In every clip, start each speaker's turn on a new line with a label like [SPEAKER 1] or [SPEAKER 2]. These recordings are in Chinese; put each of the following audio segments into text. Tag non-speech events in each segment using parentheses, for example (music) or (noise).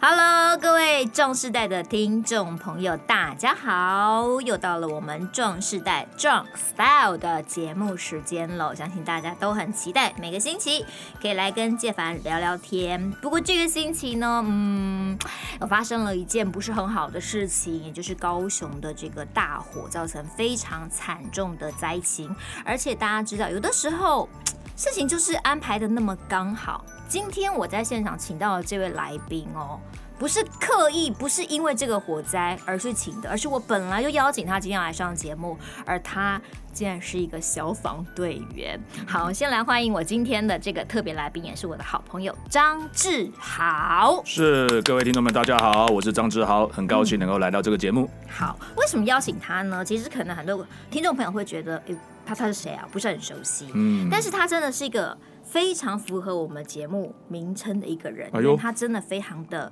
[SPEAKER 1] Hello，各位壮世代的听众朋友，大家好！又到了我们壮世代 Drunk Style 的节目时间了，相信大家都很期待，每个星期可以来跟介凡聊聊天。不过这个星期呢，嗯，有发生了一件不是很好的事情，也就是高雄的这个大火造成非常惨重的灾情，而且大家知道，有的时候事情就是安排的那么刚好。今天我在现场请到的这位来宾哦，不是刻意，不是因为这个火灾而去请的，而是我本来就邀请他今天来上节目，而他竟然是一个消防队员。好，先来欢迎我今天的这个特别来宾，也是我的好朋友张志豪。
[SPEAKER 2] 是各位听众们，大家好，我是张志豪，很高兴能够来到这个节目。
[SPEAKER 1] 好，为什么邀请他呢？其实可能很多听众朋友会觉得，诶，他他是谁啊？不是很熟悉。
[SPEAKER 2] 嗯，
[SPEAKER 1] 但是他真的是一个非常符合我们节目名称的一个人，
[SPEAKER 2] 哎
[SPEAKER 1] 因
[SPEAKER 2] 呦
[SPEAKER 1] 为他真的非常的，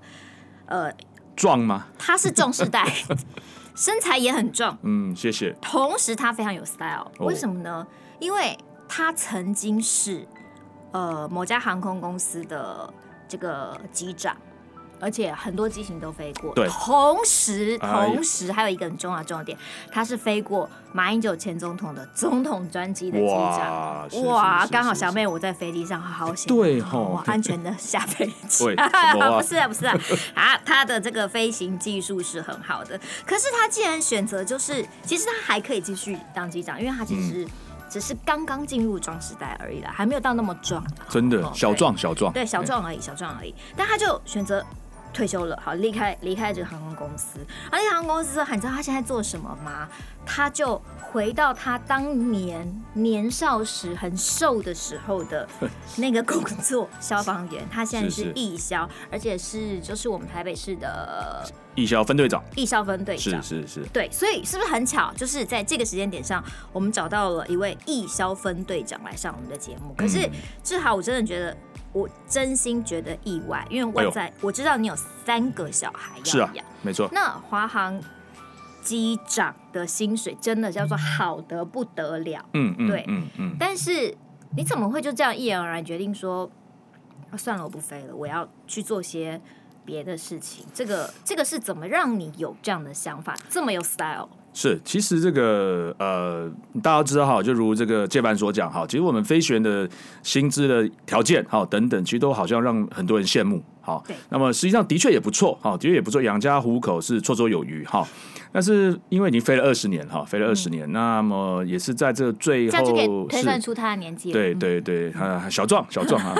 [SPEAKER 1] 呃，
[SPEAKER 2] 壮吗？
[SPEAKER 1] 他是壮世
[SPEAKER 2] (laughs)
[SPEAKER 1] 代，身材也很壮，
[SPEAKER 2] 嗯，谢谢。
[SPEAKER 1] 同时他非常有 style，
[SPEAKER 2] 哦
[SPEAKER 1] 为什么呢？因为他曾经是呃某家航空公司的这个机长。而且很多机型都飞过，
[SPEAKER 2] 对
[SPEAKER 1] 同时
[SPEAKER 2] 哎呀
[SPEAKER 1] 同时还有一个很重要的重点，他是飞过马英九前总统的总统专机的机长。
[SPEAKER 2] 是是
[SPEAKER 1] 哇，
[SPEAKER 2] 是是
[SPEAKER 1] 刚好
[SPEAKER 2] 是
[SPEAKER 1] 小妹我在飞机上，好好险，
[SPEAKER 2] 对
[SPEAKER 1] 我
[SPEAKER 2] 吼，
[SPEAKER 1] 安全的下飞机。 (laughs)
[SPEAKER 2] 喂什么啊
[SPEAKER 1] 不是啊，不是啊， (laughs) 啊，他的这个飞行技术是很好的，可是他既然选择就是，其实他还可以继续当机长，因为他其
[SPEAKER 2] 嗯
[SPEAKER 1] 实、只是刚刚进入壮时代而已啦，还没有到那么壮啊。
[SPEAKER 2] 真
[SPEAKER 1] 哦
[SPEAKER 2] 的小壮小壮，
[SPEAKER 1] 对，小
[SPEAKER 2] 哎，
[SPEAKER 1] 壮而已，小壮而已。但他就选择退休了，好离开离开这个航空公司。而且航空公司之后，你知道他现在做什么吗？他就回到他当年年少时很瘦的时候
[SPEAKER 2] (laughs)
[SPEAKER 1] 的那个工作，消防员。他现在
[SPEAKER 2] 是
[SPEAKER 1] 是
[SPEAKER 2] 是
[SPEAKER 1] 义消，而且是就是我们台北市的
[SPEAKER 2] 义消哎分队长，
[SPEAKER 1] 义消分队
[SPEAKER 2] 是
[SPEAKER 1] 长。
[SPEAKER 2] 是是，
[SPEAKER 1] 对，所以是不是很巧？就是在这个时间点上，我们找到了一位义消分队长来上我们的节目。可是
[SPEAKER 2] 嗯
[SPEAKER 1] 志豪，我真的觉得，我真心觉得意外，因为我在、我知道你有三个小孩
[SPEAKER 2] 哎是
[SPEAKER 1] 要
[SPEAKER 2] 啊
[SPEAKER 1] 养，，
[SPEAKER 2] 没错，
[SPEAKER 1] 那华航机长的薪水真的叫做好的不得了。
[SPEAKER 2] 嗯嗯
[SPEAKER 1] 对
[SPEAKER 2] 嗯嗯，
[SPEAKER 1] 但是你怎么会就这样毅然而然决定说，啊、算了，我不飞了，我要去做些别的事情？这个这个是怎么让你有这样的想法，这么有 style？
[SPEAKER 2] 是，其实这个呃，大家都知道哈，就如这个介凡所讲哈，其实我们飞行员的薪资的条件哈等等，其实都好像让很多人羡慕。好
[SPEAKER 1] 对，
[SPEAKER 2] 那么实际上的确也不错哈，的确也不错，养家糊口是绰绰有余哈。但是因为已经飞了二十年哈，飞了二十年，那么也是在这最
[SPEAKER 1] 嗯这样就可以
[SPEAKER 2] 后
[SPEAKER 1] 推
[SPEAKER 2] 是。
[SPEAKER 1] 算出他的年纪了。
[SPEAKER 2] 对
[SPEAKER 1] 嗯，
[SPEAKER 2] 对对，啊，小壮小壮啊，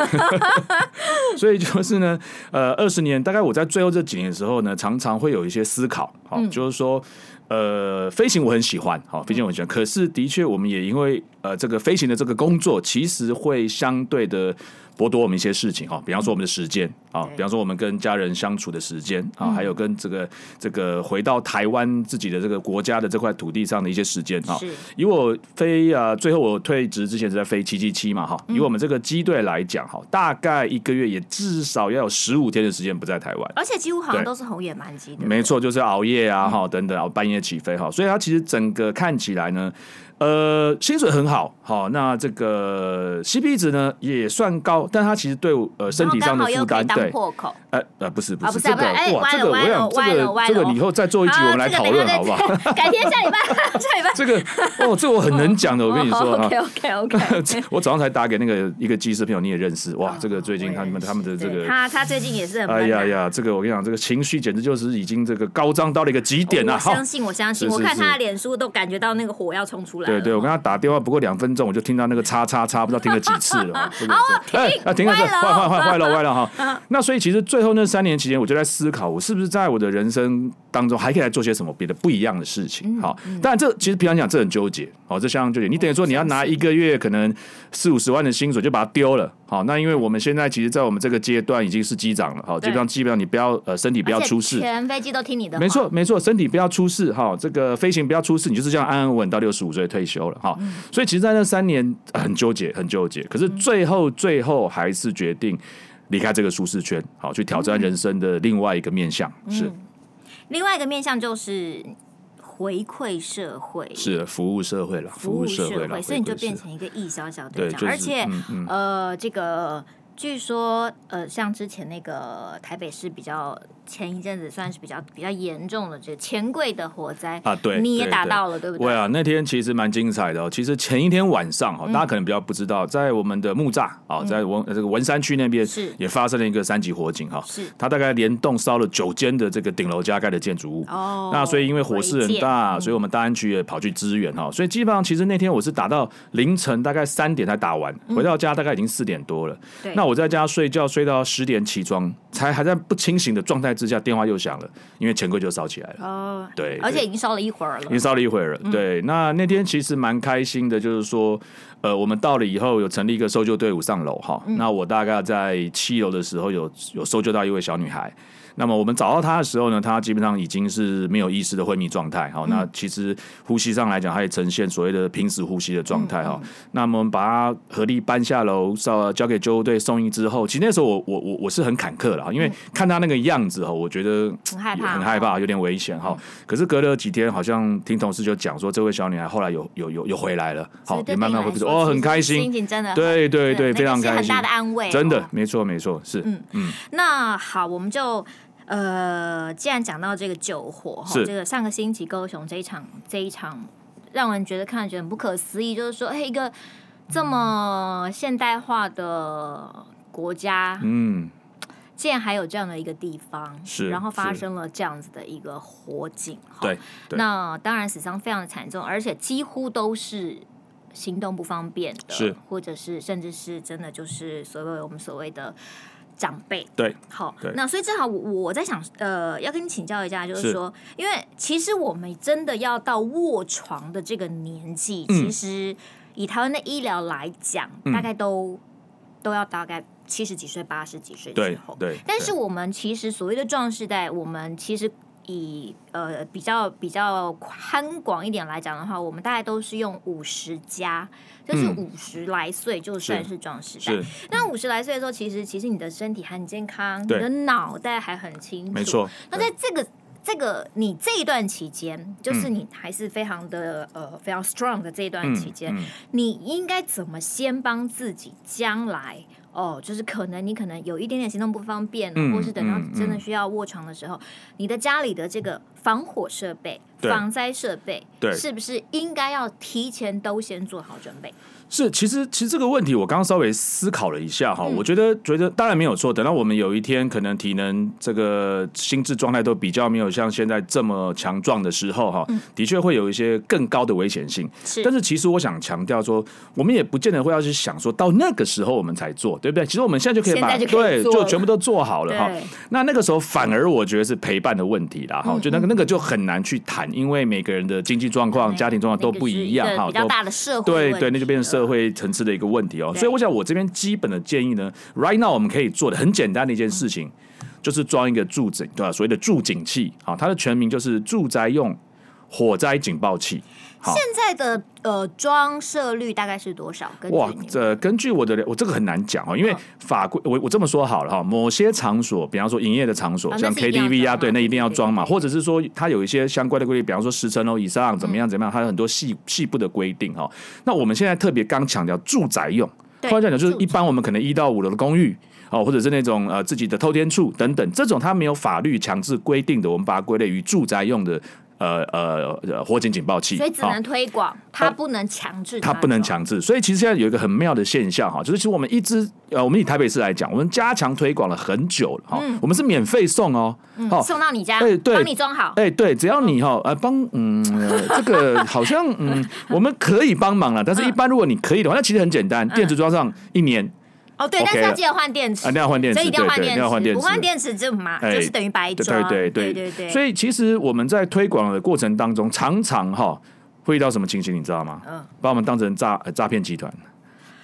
[SPEAKER 2] (laughs) 所以就是呢，呃，二十年，大概我在最后这几年的时候呢，常常会有一些思考，好、
[SPEAKER 1] 嗯
[SPEAKER 2] 就是说，呃，飞行我很喜欢，好、飞行我很喜欢，
[SPEAKER 1] 嗯
[SPEAKER 2] 可是的确，我们也因为呃，这个飞行的这个工作，其实会相对的。剥夺我们一些事情哈，比方说我们的时间啊，
[SPEAKER 1] 对嗯
[SPEAKER 2] 比方说我们跟家人相处的时间啊，还有跟这个这个回到台湾自己的这个国家的这块土地上的一些时间哈。
[SPEAKER 1] 是
[SPEAKER 2] 以我飞啊、呃最后我退职之前是在飞七七七嘛哈，
[SPEAKER 1] 嗯
[SPEAKER 2] 以我们这个机队来讲哈，大概一个月也至少要有十五天的时间不在台湾。
[SPEAKER 1] 而且几乎好像
[SPEAKER 2] 对
[SPEAKER 1] 都是红眼蛮机的。
[SPEAKER 2] 没错，就是熬夜啊，哈、等等，然后半夜起飞哈，所以它其实整个看起来呢，呃，薪水很好，好，那这个 CP 值呢也算高，但它其实对我呃身
[SPEAKER 1] 然后
[SPEAKER 2] 体上
[SPEAKER 1] 刚
[SPEAKER 2] 的
[SPEAKER 1] 好
[SPEAKER 2] 负
[SPEAKER 1] 又可以
[SPEAKER 2] 担，
[SPEAKER 1] 当
[SPEAKER 2] 对，
[SPEAKER 1] 破口，
[SPEAKER 2] 呃呃，不是不
[SPEAKER 1] 啊
[SPEAKER 2] 是
[SPEAKER 1] 不是
[SPEAKER 2] 这
[SPEAKER 1] 啊
[SPEAKER 2] 个
[SPEAKER 1] 不是哎
[SPEAKER 2] 哇，
[SPEAKER 1] 歪
[SPEAKER 2] 这
[SPEAKER 1] 了
[SPEAKER 2] 个我
[SPEAKER 1] 歪了
[SPEAKER 2] 想
[SPEAKER 1] 歪
[SPEAKER 2] 这
[SPEAKER 1] 了哦歪
[SPEAKER 2] 个这个
[SPEAKER 1] 了
[SPEAKER 2] 以后再做一集我们来讨论好不好？？
[SPEAKER 1] 改天下礼拜， (laughs) 下礼拜。哦
[SPEAKER 2] 这个哦，这个我很能讲的，我跟你说
[SPEAKER 1] (laughs)
[SPEAKER 2] 啊
[SPEAKER 1] OK。OK
[SPEAKER 2] (laughs)
[SPEAKER 1] OK。
[SPEAKER 2] 我早上才打给那个一个技师朋友，你也认识
[SPEAKER 1] 哦
[SPEAKER 2] 哇？这个最近他们他们的这
[SPEAKER 1] 对
[SPEAKER 2] 个，
[SPEAKER 1] 他他最近也是很
[SPEAKER 2] 哎
[SPEAKER 1] 闷
[SPEAKER 2] 呀
[SPEAKER 1] 啊
[SPEAKER 2] 呀，这个我跟你讲，这个情绪简直就是已经这个高涨到了一个极点了啊
[SPEAKER 1] 我
[SPEAKER 2] 哈。
[SPEAKER 1] 相信我相信，
[SPEAKER 2] 是
[SPEAKER 1] 我
[SPEAKER 2] 是
[SPEAKER 1] 看
[SPEAKER 2] 是
[SPEAKER 1] 他的脸书都感觉到那个火要冲出来了。
[SPEAKER 2] 对对，我跟他打电话不过两分钟，我就听到那个叉叉叉，不知道听了几次了。
[SPEAKER 1] (laughs)
[SPEAKER 2] 哈这个是哎啊，停了，
[SPEAKER 1] 哦歪
[SPEAKER 2] 这
[SPEAKER 1] 了
[SPEAKER 2] 坏坏坏
[SPEAKER 1] (laughs)
[SPEAKER 2] 坏了坏了哈。那所以其实最后那三年期间，我就在思考，我是不是在我的人生当中还可以来做些什么别的不一样的事
[SPEAKER 1] 嗯
[SPEAKER 2] 情？好，但这其实平常讲这很纠结，好，这相当纠结。你等于说你要拿一个月可能四五十万的薪水就把它丢了，好，那因为我们现在其实，在我们这个阶段已经是机长了，好，基本上基本上你不要呃身体不要
[SPEAKER 1] 而且
[SPEAKER 2] 出事，
[SPEAKER 1] 全飞机都听你的。
[SPEAKER 2] 没，错，没错，身体不要出事哈，这个飞行不要出事，你就是这样安安稳稳到六十五岁退休了哈。
[SPEAKER 1] 嗯
[SPEAKER 2] 所以其实，在那三年呃很纠结，很纠结，可是最后最后还是决定离开这个舒适圈，好去挑
[SPEAKER 1] 嗯
[SPEAKER 2] 战人生的另外一个面向，是
[SPEAKER 1] 另外一个面向就是回馈社会，
[SPEAKER 2] 是服务社会了，
[SPEAKER 1] 服务
[SPEAKER 2] 社
[SPEAKER 1] 社
[SPEAKER 2] 了，
[SPEAKER 1] 所以你就
[SPEAKER 2] 回馈社
[SPEAKER 1] 变
[SPEAKER 2] 会
[SPEAKER 1] 成一个义消小队
[SPEAKER 2] 对，
[SPEAKER 1] 长，
[SPEAKER 2] 就是
[SPEAKER 1] 而且、
[SPEAKER 2] 嗯嗯
[SPEAKER 1] 呃，这个据说，呃，像之前那个台北市比较前一阵子算是比较比较严重的这个钱柜的火灾
[SPEAKER 2] 啊对
[SPEAKER 1] 你也
[SPEAKER 2] 对
[SPEAKER 1] 打
[SPEAKER 2] 对
[SPEAKER 1] 到了，对不
[SPEAKER 2] 对啊，那天其实蛮精彩的、哦。其实前一天晚上
[SPEAKER 1] 嗯
[SPEAKER 2] 哈、大家可能比较不知道，在我们的木栅啊，在文这个文山区那边
[SPEAKER 1] 是
[SPEAKER 2] 也发生了一个三级火警哈、
[SPEAKER 1] 是
[SPEAKER 2] 它大概连动烧了九间的这个顶楼加盖的建筑物。
[SPEAKER 1] 哦，
[SPEAKER 2] 那所以因为火势
[SPEAKER 1] 违
[SPEAKER 2] 很
[SPEAKER 1] 建
[SPEAKER 2] 大，所以我们大安区也跑去支援哈。所以基本上其实那天我是打到凌晨大概三点才打完，回到家大概已经四点多了。
[SPEAKER 1] 嗯对
[SPEAKER 2] 那我在家睡觉睡到十点起床，才还在不清醒的状态之下，电话又响了，因为钱柜就烧起来了。
[SPEAKER 1] 哦，
[SPEAKER 2] 对，
[SPEAKER 1] 而且
[SPEAKER 2] 对
[SPEAKER 1] 已经烧了一会儿
[SPEAKER 2] 已经
[SPEAKER 1] 了，
[SPEAKER 2] 烧了一会儿了。对，那那天其实蛮开心的，就是说，呃，我们到了以后有成立一个搜救队伍上楼哈。那我大概在七楼的时候有有搜救到一位小女孩。那么我们找到她的时候呢，她基本上已经是没有意识的昏迷状态。好，那其实呼吸上来讲，她也呈现所谓的濒死呼吸的状态哈。那么我们把她合力搬下楼，稍交给救护队送医之后，其实那时候我我我我是很坎坷了，因为看她那个样子哈，我觉得
[SPEAKER 1] 很害
[SPEAKER 2] 也
[SPEAKER 1] 怕，哦嗯
[SPEAKER 2] 很害怕，有点危险哈。可是隔了几天，好像听同事就讲说，这位小女孩后来有有有有回来了，
[SPEAKER 1] 所以
[SPEAKER 2] 好，
[SPEAKER 1] 对
[SPEAKER 2] 也
[SPEAKER 1] 你
[SPEAKER 2] 慢慢
[SPEAKER 1] 来
[SPEAKER 2] 恢复
[SPEAKER 1] 说
[SPEAKER 2] 住哦，
[SPEAKER 1] 其
[SPEAKER 2] 很
[SPEAKER 1] 实
[SPEAKER 2] 开心
[SPEAKER 1] 心，情真的很
[SPEAKER 2] 对对
[SPEAKER 1] 是
[SPEAKER 2] 对，
[SPEAKER 1] 那
[SPEAKER 2] 非
[SPEAKER 1] 个
[SPEAKER 2] 常
[SPEAKER 1] 是
[SPEAKER 2] 开
[SPEAKER 1] 很
[SPEAKER 2] 心
[SPEAKER 1] 大，的安慰，
[SPEAKER 2] 真
[SPEAKER 1] 哦嗯
[SPEAKER 2] 的，没错没错，是
[SPEAKER 1] 那好，我们就呃，既然讲到这个救火哈，
[SPEAKER 2] 是
[SPEAKER 1] 这个上个星期高雄这一场这一场，让人觉得看了觉得很不可思议，就是说，哎，一个这么现代化的国家，
[SPEAKER 2] 嗯，
[SPEAKER 1] 竟然还有这样的一个地方，
[SPEAKER 2] 是
[SPEAKER 1] 然后发
[SPEAKER 2] 是
[SPEAKER 1] 生了这样子的一个火警，哈
[SPEAKER 2] 对对
[SPEAKER 1] 那当然死伤非常的惨重，而且几乎都是行动不方便的，
[SPEAKER 2] 是
[SPEAKER 1] 或者是甚至是真的就是所谓我们所谓的长辈，
[SPEAKER 2] 对，
[SPEAKER 1] 好
[SPEAKER 2] 对，
[SPEAKER 1] 那所以正好我我在想，呃，要跟你请教一下，就是
[SPEAKER 2] 是
[SPEAKER 1] 说，因为其实我们真的要到卧床的这个年纪，
[SPEAKER 2] 嗯
[SPEAKER 1] 其实以台湾的医疗来讲，
[SPEAKER 2] 嗯
[SPEAKER 1] 大概都都要大概七十几岁、八十几岁
[SPEAKER 2] 对
[SPEAKER 1] 之后，
[SPEAKER 2] 对，
[SPEAKER 1] 但是我们其实所谓的壮世代，我们其实以呃比较比较宽广一点来讲的话，我们大概都是用五十加，就是
[SPEAKER 2] 嗯
[SPEAKER 1] 五十来岁就算
[SPEAKER 2] 是
[SPEAKER 1] 是壮世代。
[SPEAKER 2] 是
[SPEAKER 1] 那五十来岁的时候，其实其实你的身体还很健康，你
[SPEAKER 2] 对
[SPEAKER 1] 的脑袋还很清楚。
[SPEAKER 2] 没。错，
[SPEAKER 1] 那在这个这个你这一段期间，就是你还是非常的、呃非常 strong 的这一段
[SPEAKER 2] 嗯
[SPEAKER 1] 期间，
[SPEAKER 2] 嗯
[SPEAKER 1] 你应该怎么先帮自己将来哦，就是可能你可能有一点点行动不方便，
[SPEAKER 2] 嗯
[SPEAKER 1] 或是等到
[SPEAKER 2] 嗯
[SPEAKER 1] 真的
[SPEAKER 2] 嗯
[SPEAKER 1] 需要卧床的时候，你的家里的这个防火设备、
[SPEAKER 2] 对
[SPEAKER 1] 防灾设备，
[SPEAKER 2] 对
[SPEAKER 1] 是不是应该要提前都先做好准备？
[SPEAKER 2] 是，其实其实这个问题我刚刚稍微思考了一下哈，
[SPEAKER 1] 嗯
[SPEAKER 2] 我觉得觉得当然没有错。等到我们有一天可能体能、这个心智状态都比较没有像现在这么强壮的时候哈，
[SPEAKER 1] 嗯
[SPEAKER 2] 的确会有一些更高的危险性。
[SPEAKER 1] 是
[SPEAKER 2] 但是其实我想强调说，我们也不见得会要去想说到那个时候我们才做，对不对？其实我们现在就可以把
[SPEAKER 1] 现在就可以
[SPEAKER 2] 对
[SPEAKER 1] 做
[SPEAKER 2] 就
[SPEAKER 1] 了
[SPEAKER 2] 全部都做好了哈
[SPEAKER 1] 对。
[SPEAKER 2] 那那个时候反而我觉得是陪伴的问题啦哈，
[SPEAKER 1] 嗯
[SPEAKER 2] 就那个那个就很难去谈，因为每个人的经济状
[SPEAKER 1] 哎
[SPEAKER 2] 况、家庭状况都不一样哈，
[SPEAKER 1] 比较
[SPEAKER 2] 都
[SPEAKER 1] 大的社会
[SPEAKER 2] 对
[SPEAKER 1] 问
[SPEAKER 2] 对，那
[SPEAKER 1] 题
[SPEAKER 2] 就变成
[SPEAKER 1] 了
[SPEAKER 2] 社会层次的一个问题哦。
[SPEAKER 1] 对
[SPEAKER 2] 所以我想，我这边基本的建议呢，right now 我们可以做的很简单的一件事情，
[SPEAKER 1] 嗯
[SPEAKER 2] 就是装一个助警，对吧、所谓的助警器，好，它的全名就是住宅用火灾警报器。好，
[SPEAKER 1] 现在的呃装设率大概是多少？根据
[SPEAKER 2] 哇
[SPEAKER 1] 你，
[SPEAKER 2] 这根据我的了，我这个很难讲哦，因为
[SPEAKER 1] 嗯
[SPEAKER 2] 法规，我我这么说好了哈，某些场所，比方说营业的场所，
[SPEAKER 1] 啊
[SPEAKER 2] 像
[SPEAKER 1] 那是一定要
[SPEAKER 2] KTV 啊，
[SPEAKER 1] 装嘛
[SPEAKER 2] 对，那一定要
[SPEAKER 1] 对对
[SPEAKER 2] 装嘛，
[SPEAKER 1] 对
[SPEAKER 2] 或者是说它有一些相关的规定，比方说十层楼以上怎
[SPEAKER 1] 嗯
[SPEAKER 2] 么样怎么样，它有很多细细部的规定哈。那我们现在特别刚强调住宅用，
[SPEAKER 1] 对
[SPEAKER 2] 换句话讲就是
[SPEAKER 1] 住宅
[SPEAKER 2] 一般我们可能一到五楼的公寓。哦，或者是那种呃自己的透天处等等，这种它没有法律强制规定的，我们把它归类于住宅用的呃呃呃火警警报器，
[SPEAKER 1] 所以只
[SPEAKER 2] 好
[SPEAKER 1] 能推广，它不能强制
[SPEAKER 2] 它
[SPEAKER 1] 它
[SPEAKER 2] 不能
[SPEAKER 1] 装。
[SPEAKER 2] 强制，所以其实现在有一个很妙的现象哈，就是其实我们一直呃，我们以台北市来讲，我们加强推广了很久了哈，
[SPEAKER 1] 嗯
[SPEAKER 2] 我们是免费送哦，哦，
[SPEAKER 1] 送到你家，
[SPEAKER 2] 哎对
[SPEAKER 1] 帮你装好。
[SPEAKER 2] 哎、对，只要你哈，呃，帮，嗯，呃这个好像，
[SPEAKER 1] (laughs)
[SPEAKER 2] 嗯，我们可以帮忙了，但是一般如果你可以的话，那其实很简单，
[SPEAKER 1] 嗯
[SPEAKER 2] 电池装上一年
[SPEAKER 1] 哦，对，
[SPEAKER 2] OK
[SPEAKER 1] 但是要
[SPEAKER 2] 了
[SPEAKER 1] 记得换电池，
[SPEAKER 2] 啊，那要换电池，
[SPEAKER 1] 所以一定要换
[SPEAKER 2] 对对，
[SPEAKER 1] 电
[SPEAKER 2] 那要换
[SPEAKER 1] 池，
[SPEAKER 2] 电
[SPEAKER 1] 不
[SPEAKER 2] 池，
[SPEAKER 1] 换电池就嘛，
[SPEAKER 2] 哎
[SPEAKER 1] 就是等于白装。
[SPEAKER 2] 对
[SPEAKER 1] 对
[SPEAKER 2] 对
[SPEAKER 1] 对对，
[SPEAKER 2] 所
[SPEAKER 1] 以
[SPEAKER 2] 以其实我们在推广的过程当中，常常哈会遇到什么情形，你知道吗？
[SPEAKER 1] 嗯
[SPEAKER 2] 把我们当成诈呃诈骗集团。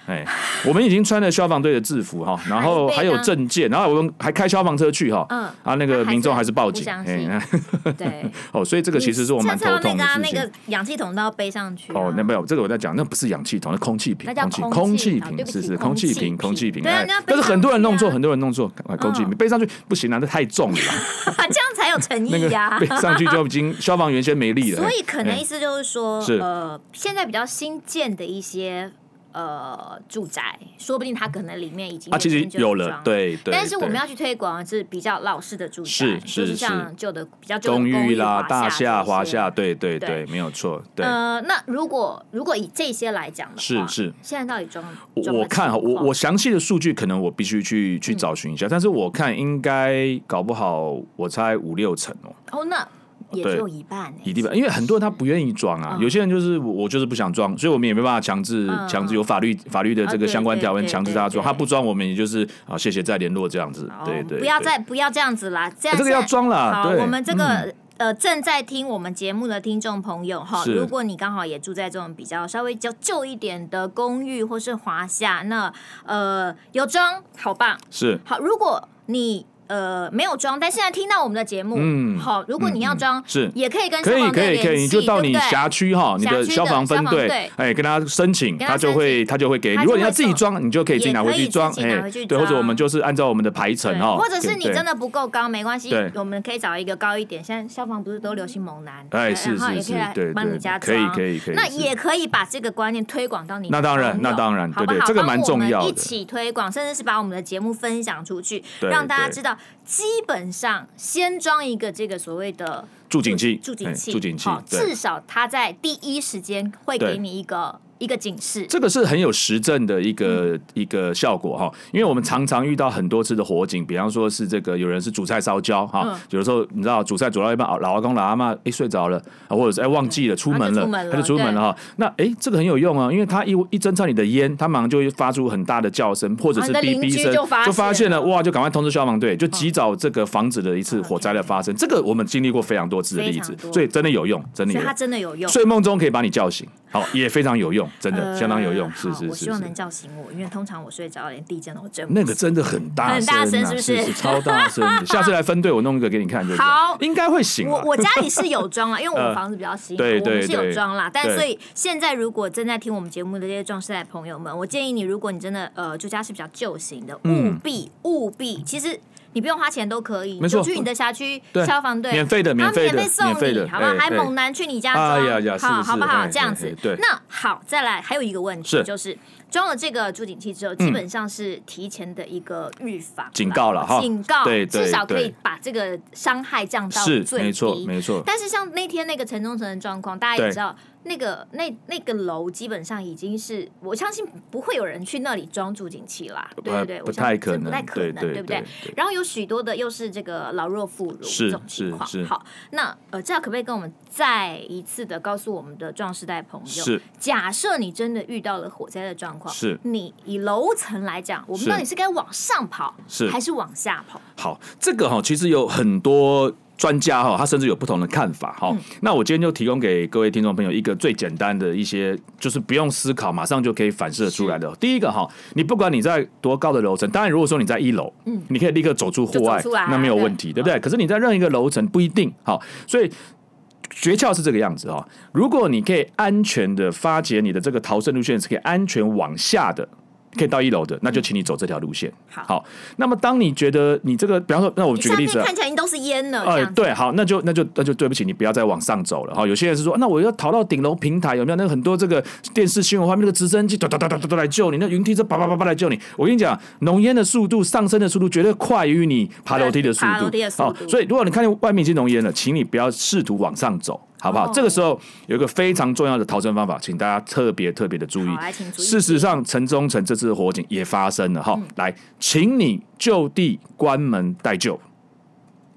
[SPEAKER 2] 哎，我们已经穿了消防队的制
[SPEAKER 1] (laughs)
[SPEAKER 2] 服哈，然后
[SPEAKER 1] 还
[SPEAKER 2] 还
[SPEAKER 1] 被
[SPEAKER 2] 有
[SPEAKER 1] 当
[SPEAKER 2] 证件，然后我们还开消防车去哈，
[SPEAKER 1] 嗯
[SPEAKER 2] 啊，那个
[SPEAKER 1] 他还
[SPEAKER 2] 民众
[SPEAKER 1] 是
[SPEAKER 2] 还是报
[SPEAKER 1] 不
[SPEAKER 2] 警，
[SPEAKER 1] 相
[SPEAKER 2] 哎
[SPEAKER 1] 信，
[SPEAKER 2] 那
[SPEAKER 1] 对，
[SPEAKER 2] (laughs) 哦，所以这个其实是我蛮
[SPEAKER 1] 下次
[SPEAKER 2] 头
[SPEAKER 1] 要那
[SPEAKER 2] 痛
[SPEAKER 1] 个
[SPEAKER 2] 的
[SPEAKER 1] 啊
[SPEAKER 2] 事
[SPEAKER 1] 那
[SPEAKER 2] 情。
[SPEAKER 1] 个氧气筒都要背上去啊。
[SPEAKER 2] 哦，那没有，这个我在讲，那不是氧气筒，那空气瓶，
[SPEAKER 1] 那叫
[SPEAKER 2] 气
[SPEAKER 1] 空
[SPEAKER 2] 空
[SPEAKER 1] 气
[SPEAKER 2] 气
[SPEAKER 1] 啊对
[SPEAKER 2] 瓶，
[SPEAKER 1] 不
[SPEAKER 2] 是
[SPEAKER 1] 起
[SPEAKER 2] 是
[SPEAKER 1] 空
[SPEAKER 2] 空
[SPEAKER 1] 气
[SPEAKER 2] 气瓶，空气
[SPEAKER 1] 瓶
[SPEAKER 2] 瓶。
[SPEAKER 1] 对啊
[SPEAKER 2] 哎
[SPEAKER 1] 那要背
[SPEAKER 2] 但是很多人弄错，
[SPEAKER 1] 上去啊
[SPEAKER 2] 很多人弄错，啊空气
[SPEAKER 1] 嗯
[SPEAKER 2] 瓶背上去不行啊，这太重了啦。
[SPEAKER 1] (laughs) 这样才有诚
[SPEAKER 2] 那
[SPEAKER 1] 意
[SPEAKER 2] 个
[SPEAKER 1] 呀
[SPEAKER 2] 被。上去就已经消防员先没力了。
[SPEAKER 1] 所以可能
[SPEAKER 2] 哎
[SPEAKER 1] 意思就是说，
[SPEAKER 2] 是
[SPEAKER 1] 呃，现在比较新建的一些呃住宅，说不定它可能里面已经
[SPEAKER 2] 啊，其实
[SPEAKER 1] 原先就
[SPEAKER 2] 有
[SPEAKER 1] 装
[SPEAKER 2] 了，。对对。
[SPEAKER 1] 但是我们
[SPEAKER 2] 对
[SPEAKER 1] 要去推广的是比较老式的住宅，
[SPEAKER 2] 是
[SPEAKER 1] 就是是
[SPEAKER 2] 是
[SPEAKER 1] 像旧的比较旧的
[SPEAKER 2] 公寓啦、
[SPEAKER 1] 华
[SPEAKER 2] 大
[SPEAKER 1] 厦
[SPEAKER 2] 厦、
[SPEAKER 1] 这
[SPEAKER 2] 华
[SPEAKER 1] 些
[SPEAKER 2] 夏，对对
[SPEAKER 1] 对
[SPEAKER 2] 对，没有错。对，
[SPEAKER 1] 呃，那如果如果以这些来讲的话，
[SPEAKER 2] 是是
[SPEAKER 1] 现在到底装
[SPEAKER 2] 我我看哈，我我详细的数据可能我必须去
[SPEAKER 1] 嗯
[SPEAKER 2] 去找寻一下，但是我看应该搞不好，我猜五六成哦，
[SPEAKER 1] 我哦，那也只
[SPEAKER 2] 对
[SPEAKER 1] 有一半欸呢、
[SPEAKER 2] 一定吧，因为很多人他不愿意装啊，
[SPEAKER 1] 嗯
[SPEAKER 2] 有些人就是我我就是不想装，所以我们也没办法强制
[SPEAKER 1] 嗯
[SPEAKER 2] 强制有法律法律的
[SPEAKER 1] 啊
[SPEAKER 2] 这个
[SPEAKER 1] 对
[SPEAKER 2] 相关
[SPEAKER 1] 对
[SPEAKER 2] 条文
[SPEAKER 1] 对
[SPEAKER 2] 强制
[SPEAKER 1] 对
[SPEAKER 2] 他
[SPEAKER 1] 对
[SPEAKER 2] 装，他不装我们也就是啊谢谢再联络这样子
[SPEAKER 1] 哦，
[SPEAKER 2] 对对，
[SPEAKER 1] 不要
[SPEAKER 2] 对
[SPEAKER 1] 再不要这样子啦，这
[SPEAKER 2] 啊
[SPEAKER 1] 样
[SPEAKER 2] 这个
[SPEAKER 1] 现
[SPEAKER 2] 要
[SPEAKER 1] 在
[SPEAKER 2] 装啦，
[SPEAKER 1] 好，
[SPEAKER 2] 对，
[SPEAKER 1] 我们这个、
[SPEAKER 2] 嗯
[SPEAKER 1] 呃正在听我们节目的听众朋友哈，
[SPEAKER 2] 是
[SPEAKER 1] 如果你刚好也住在这种比较稍微较旧一点的公寓或是华夏，那呃有装好棒。
[SPEAKER 2] 是
[SPEAKER 1] 好，如果你呃没有装，但现在听到我们的节目，
[SPEAKER 2] 嗯
[SPEAKER 1] 好，如果你要
[SPEAKER 2] 嗯嗯
[SPEAKER 1] 装，
[SPEAKER 2] 是
[SPEAKER 1] 也可以跟消
[SPEAKER 2] 可以
[SPEAKER 1] 防
[SPEAKER 2] 可
[SPEAKER 1] 队
[SPEAKER 2] 以可
[SPEAKER 1] 联
[SPEAKER 2] 以，
[SPEAKER 1] 系
[SPEAKER 2] 你就到
[SPEAKER 1] 对
[SPEAKER 2] 你
[SPEAKER 1] 不对
[SPEAKER 2] 辖区哈，你
[SPEAKER 1] 辖
[SPEAKER 2] 的
[SPEAKER 1] 区的
[SPEAKER 2] 消防分
[SPEAKER 1] 消防
[SPEAKER 2] 队
[SPEAKER 1] 队，
[SPEAKER 2] 哎，跟他申请，
[SPEAKER 1] 跟他
[SPEAKER 2] 他就
[SPEAKER 1] 申
[SPEAKER 2] 会
[SPEAKER 1] 请
[SPEAKER 2] 他就会给你。
[SPEAKER 1] 他就
[SPEAKER 2] 如果你要
[SPEAKER 1] 会
[SPEAKER 2] 自己
[SPEAKER 1] 送
[SPEAKER 2] 装，你就可以自己
[SPEAKER 1] 也
[SPEAKER 2] 拿回
[SPEAKER 1] 可以
[SPEAKER 2] 去
[SPEAKER 1] 自
[SPEAKER 2] 装，
[SPEAKER 1] 己拿
[SPEAKER 2] 哎
[SPEAKER 1] 回去，
[SPEAKER 2] 对，或者我
[SPEAKER 1] 装
[SPEAKER 2] 们就是按照我们的排程
[SPEAKER 1] 对
[SPEAKER 2] 哈，
[SPEAKER 1] 或者是
[SPEAKER 2] 哦对
[SPEAKER 1] 你
[SPEAKER 2] 对
[SPEAKER 1] 真的不够高没关系
[SPEAKER 2] 对，
[SPEAKER 1] 我们可以找一个高一点。现在消防不是都流行猛男，
[SPEAKER 2] 哎
[SPEAKER 1] 对
[SPEAKER 2] 是
[SPEAKER 1] 然后
[SPEAKER 2] 是
[SPEAKER 1] 也
[SPEAKER 2] 是
[SPEAKER 1] 可以，来
[SPEAKER 2] 对
[SPEAKER 1] 帮你
[SPEAKER 2] 对
[SPEAKER 1] 加，
[SPEAKER 2] 可以
[SPEAKER 1] 装。
[SPEAKER 2] 可以可以，
[SPEAKER 1] 那
[SPEAKER 2] 是
[SPEAKER 1] 也可以把这个观念推广到你的
[SPEAKER 2] 那当然
[SPEAKER 1] 朋友
[SPEAKER 2] 那当然
[SPEAKER 1] 好不
[SPEAKER 2] 对对
[SPEAKER 1] 好
[SPEAKER 2] 这个
[SPEAKER 1] 帮
[SPEAKER 2] 蛮
[SPEAKER 1] 我
[SPEAKER 2] 重
[SPEAKER 1] 们
[SPEAKER 2] 要的
[SPEAKER 1] 一起推广，甚至是把我们的节目分享出去，
[SPEAKER 2] 对
[SPEAKER 1] 让大家
[SPEAKER 2] 对
[SPEAKER 1] 知道，基本上先装一个这个所谓的
[SPEAKER 2] 助警器，
[SPEAKER 1] 助
[SPEAKER 2] 哎
[SPEAKER 1] 警器，
[SPEAKER 2] 助警器
[SPEAKER 1] 好，
[SPEAKER 2] 对
[SPEAKER 1] 至。少它在第一时间会
[SPEAKER 2] 对
[SPEAKER 1] 给你一个一个警示。
[SPEAKER 2] 这个是很有实证的一个、
[SPEAKER 1] 嗯
[SPEAKER 2] 一个效果哈，因为我们常常遇到很多次的火警，比方说是这个有人是煮菜烧焦哈，
[SPEAKER 1] 嗯
[SPEAKER 2] 有的时候你知道煮菜煮到一半，老阿公老阿妈哎睡着了，啊或者是哎忘记了出门
[SPEAKER 1] 他就
[SPEAKER 2] 了
[SPEAKER 1] 出门，了
[SPEAKER 2] 他就出门了哈，那哎这个很有用啊，因为他一一侦测你的烟，他马上就会发出很大的叫声或者
[SPEAKER 1] 啊
[SPEAKER 2] 是
[SPEAKER 1] 你的邻
[SPEAKER 2] 哔哔
[SPEAKER 1] 居
[SPEAKER 2] 声，
[SPEAKER 1] 就发现了嗯
[SPEAKER 2] 发现了哇，就赶快通知消防队，就及早这个防止了一次火灾的发生，这个我们经历过非常多次的例
[SPEAKER 1] 非
[SPEAKER 2] 子
[SPEAKER 1] 常多，
[SPEAKER 2] 所以真的有用，真的
[SPEAKER 1] 所
[SPEAKER 2] 有
[SPEAKER 1] 以它。
[SPEAKER 2] 用
[SPEAKER 1] 真的有用，
[SPEAKER 2] 睡梦中可以把你叫醒，好，
[SPEAKER 1] (laughs)
[SPEAKER 2] 也非常有用，真的、
[SPEAKER 1] 呃
[SPEAKER 2] 相当有用，是
[SPEAKER 1] 好
[SPEAKER 2] 是
[SPEAKER 1] 我
[SPEAKER 2] 是
[SPEAKER 1] 希望能
[SPEAKER 2] 是。
[SPEAKER 1] 叫醒我，因为通常我睡着连地震都震不
[SPEAKER 2] 那个真的很大
[SPEAKER 1] 很
[SPEAKER 2] 声、啊，
[SPEAKER 1] 大声是不
[SPEAKER 2] 是
[SPEAKER 1] 是
[SPEAKER 2] 超大声
[SPEAKER 1] (laughs)
[SPEAKER 2] 的。下次来分队，我弄一个给你看就知道
[SPEAKER 1] 好
[SPEAKER 2] 应该会醒
[SPEAKER 1] 我
[SPEAKER 2] 啊。
[SPEAKER 1] 我家里是有装啊
[SPEAKER 2] (laughs)
[SPEAKER 1] 啦，因为我们
[SPEAKER 2] 呃
[SPEAKER 1] 房子比较新，
[SPEAKER 2] 对
[SPEAKER 1] 我们
[SPEAKER 2] 对
[SPEAKER 1] 是有
[SPEAKER 2] 对
[SPEAKER 1] 装啦。但
[SPEAKER 2] 对
[SPEAKER 1] 所以现在如果正在听我们节目的这些壮士代朋友们，我建议你，如果你真的呃住家是比较旧型的，务
[SPEAKER 2] 嗯
[SPEAKER 1] 必务必，其实你不用花钱都可以，
[SPEAKER 2] 没错
[SPEAKER 1] 你就去你的辖区
[SPEAKER 2] 对
[SPEAKER 1] 消防队，
[SPEAKER 2] 免费的
[SPEAKER 1] 他
[SPEAKER 2] 免费的
[SPEAKER 1] 啊免送
[SPEAKER 2] 免费的
[SPEAKER 1] 你，好不好？
[SPEAKER 2] 哎
[SPEAKER 1] 还
[SPEAKER 2] 哎
[SPEAKER 1] 猛男去你家
[SPEAKER 2] 哎呀
[SPEAKER 1] 装，
[SPEAKER 2] 呀
[SPEAKER 1] 好
[SPEAKER 2] 是
[SPEAKER 1] 好不好？
[SPEAKER 2] 是
[SPEAKER 1] 这样
[SPEAKER 2] 哎
[SPEAKER 1] 子
[SPEAKER 2] 哎对，
[SPEAKER 1] 那好，再来还有一个问题
[SPEAKER 2] 是
[SPEAKER 1] 就是。装了这个助警器之后，基本上是提前的一个预防啦、
[SPEAKER 2] 警告了哈
[SPEAKER 1] 警告，
[SPEAKER 2] 对对
[SPEAKER 1] 至少可以
[SPEAKER 2] 对
[SPEAKER 1] 把这个伤害降到最
[SPEAKER 2] 是
[SPEAKER 1] 低。
[SPEAKER 2] 没错没错，
[SPEAKER 1] 但是像那天那个城中城的状况，大家也
[SPEAKER 2] 对
[SPEAKER 1] 知道，那个那那个楼基本上已经是，我相信不会有人去那里装助警器啦，对
[SPEAKER 2] 呃
[SPEAKER 1] 对对，
[SPEAKER 2] 不
[SPEAKER 1] 我相
[SPEAKER 2] 太
[SPEAKER 1] 信
[SPEAKER 2] 可
[SPEAKER 1] 这不
[SPEAKER 2] 能
[SPEAKER 1] 太可
[SPEAKER 2] 对
[SPEAKER 1] 能，
[SPEAKER 2] 对
[SPEAKER 1] 不对
[SPEAKER 2] 对？对
[SPEAKER 1] 然后有许多的又是这个老弱妇孺
[SPEAKER 2] 是
[SPEAKER 1] 这种情况
[SPEAKER 2] 是。是
[SPEAKER 1] 好，那呃，这样可不可以跟我们再一次的告诉我们的壮士代朋友？
[SPEAKER 2] 是
[SPEAKER 1] 假设你真的遇到了火灾的状况，
[SPEAKER 2] 是
[SPEAKER 1] 你以楼层来讲，我们
[SPEAKER 2] 是
[SPEAKER 1] 到底是该往上跑，
[SPEAKER 2] 是
[SPEAKER 1] 还是往下跑？
[SPEAKER 2] 好，这个哈、其实有很多专家哈、他甚至有不同的看法
[SPEAKER 1] 嗯
[SPEAKER 2] 哈、那我今天就提供给各位听众朋友一个最简单的一些，就是不用思考，马上就可以反射出来的。第一个哈、你不管你在多高的楼层，当然如果说你在一楼，嗯，你可以立刻走出户外
[SPEAKER 1] 就走出来啊，
[SPEAKER 2] 那没有问
[SPEAKER 1] 对
[SPEAKER 2] 题，对不对？可是你在任何一个楼层不一定好，所以。诀窍是这个样子哈、如果你可以安全的发觉你的这个逃生路线是可以安全往下的，可以到一楼的，那就请你走这条路线。
[SPEAKER 1] 嗯好
[SPEAKER 2] 那么当你觉得你这个，比方说，那我举个
[SPEAKER 1] 上
[SPEAKER 2] 例
[SPEAKER 1] 面
[SPEAKER 2] 子、啊
[SPEAKER 1] 看，起来已经都是烟了，这
[SPEAKER 2] 呃
[SPEAKER 1] 样，子。
[SPEAKER 2] 对，好，那就那就那就对不起，你不要再往上走了哈、有些人是说，那我要逃到顶楼平台，有没有？那个很多这个电视新闻画面，那个直升机哒哒哒哒哒哒来救你，那云梯车叭叭叭叭来救你。我跟你讲，浓烟的速度上升的速度绝对快于你爬楼梯的速
[SPEAKER 1] 爬楼梯的
[SPEAKER 2] 度，
[SPEAKER 1] 速
[SPEAKER 2] 好，
[SPEAKER 1] 度
[SPEAKER 2] 所以如果你看见外面已经浓烟了，请你不要试图往上走。好不好？
[SPEAKER 1] 哦
[SPEAKER 2] 这个时候有一个非常重要的逃生方法，请大家特别特别的注意
[SPEAKER 1] 好来请。注意嗯
[SPEAKER 2] 事实上，城中城这次的火警也发生了哈、来，请你就地关门待救。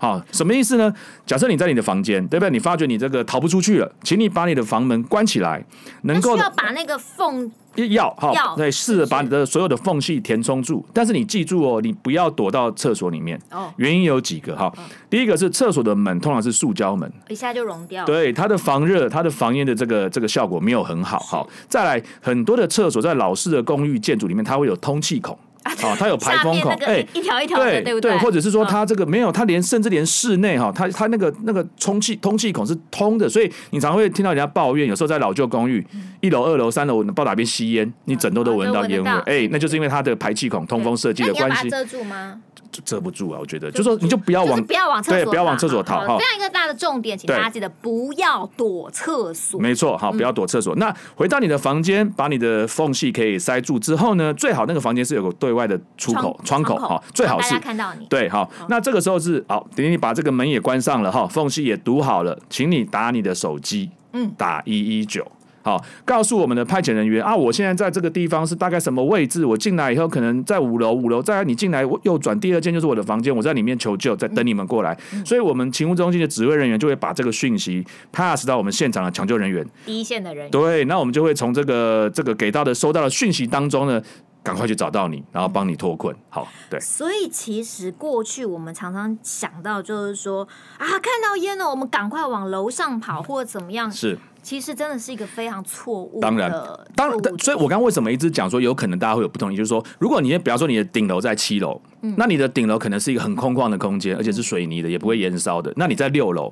[SPEAKER 2] 好，什么意思呢？假设你在你的房间，对不对？你发觉你这个逃不出去了，请你把你的房门关起来，能
[SPEAKER 1] 那
[SPEAKER 2] 够
[SPEAKER 1] 需要把那个缝
[SPEAKER 2] 要
[SPEAKER 1] 要
[SPEAKER 2] 哈，对，
[SPEAKER 1] 是
[SPEAKER 2] 试着
[SPEAKER 1] 是
[SPEAKER 2] 把你的所有的缝隙填充住。但是你记住哦，你不要躲到厕所里面。
[SPEAKER 1] 哦嗯
[SPEAKER 2] 原因有几个哈，第一个是厕所的门通常是塑胶门，
[SPEAKER 1] 一下就融掉了。
[SPEAKER 2] 对它的防热、它的防烟的这个这个效果没有很好。好，再来很多的厕所在老式的公寓建筑里面，它会有通气孔。啊，它有排
[SPEAKER 1] 下
[SPEAKER 2] 风
[SPEAKER 1] 面
[SPEAKER 2] 孔，
[SPEAKER 1] 那
[SPEAKER 2] 哎、
[SPEAKER 1] 个一一条一条的，
[SPEAKER 2] 对
[SPEAKER 1] 不对？
[SPEAKER 2] 或者是说
[SPEAKER 1] 嗯
[SPEAKER 2] 它这个没有，它连甚至连室内哈，它它那个那个充气通气孔是通的，所以你常会听到人家抱怨，有时候在老旧公寓，一楼、二楼、三楼，不知道哪边吸烟，你枕头都
[SPEAKER 1] 嗯
[SPEAKER 2] 闻到
[SPEAKER 1] 都闻得
[SPEAKER 2] 烟味
[SPEAKER 1] 到，
[SPEAKER 2] 哎，那就是因为它的排气孔通风设计
[SPEAKER 1] 那
[SPEAKER 2] 的
[SPEAKER 1] 你要
[SPEAKER 2] 关
[SPEAKER 1] 把它
[SPEAKER 2] 系。
[SPEAKER 1] 遮住吗？
[SPEAKER 2] 遮不住啊，我觉得，就说你就不要
[SPEAKER 1] 就是
[SPEAKER 2] 往
[SPEAKER 1] 不要往厕所
[SPEAKER 2] 对，
[SPEAKER 1] 跑，
[SPEAKER 2] 不要往厕所
[SPEAKER 1] 好
[SPEAKER 2] 逃
[SPEAKER 1] 好
[SPEAKER 2] 哈
[SPEAKER 1] 非。常一个大的重点，请
[SPEAKER 2] 对
[SPEAKER 1] 大家记得不要躲厕所。
[SPEAKER 2] 没错，好，不要躲厕所。那回到你的房间，把你的缝隙可以塞住之后呢，最好那个房间是有个对外的出口
[SPEAKER 1] 窗
[SPEAKER 2] 窗口哈，最好
[SPEAKER 1] 让大
[SPEAKER 2] 是
[SPEAKER 1] 家看到你。
[SPEAKER 2] 对，好，那这个时候是好，等你把这个门也关上了哈，缝隙也堵好了，请你打你的手机，
[SPEAKER 1] 嗯，
[SPEAKER 2] 打一一九。好，告诉我们的派遣人员啊，我现在在这个地方是大概什么位置？我进来以后可能在五楼，五楼再你进来我右转第二间就是我的房间，我在里面求救，在等你们过来。所以，我们勤务中心的指挥人员就会把这个讯息 pass 到我们现场的抢救人员。
[SPEAKER 1] 第一线的人员，
[SPEAKER 2] 对，那我们就会从这个这个给到的收到的讯息当中呢，赶快去找到你，然后帮你脱困。好，对。
[SPEAKER 1] 所以其实过去我们常常想到就是说啊，看到烟了，我们赶快往楼上跑或者怎么样，
[SPEAKER 2] 是，
[SPEAKER 1] 其实真的是一个非常错误的
[SPEAKER 2] 当然，当
[SPEAKER 1] 错误
[SPEAKER 2] 然，
[SPEAKER 1] 的
[SPEAKER 2] 所以我刚刚为什么一直讲说，有可能大家会有不同意，就是说，如果你比方说你的顶楼在七楼，
[SPEAKER 1] 嗯
[SPEAKER 2] 那你的顶楼可能是一个很空旷的空间，而且是水泥的，也不会燃烧的。那你在六楼，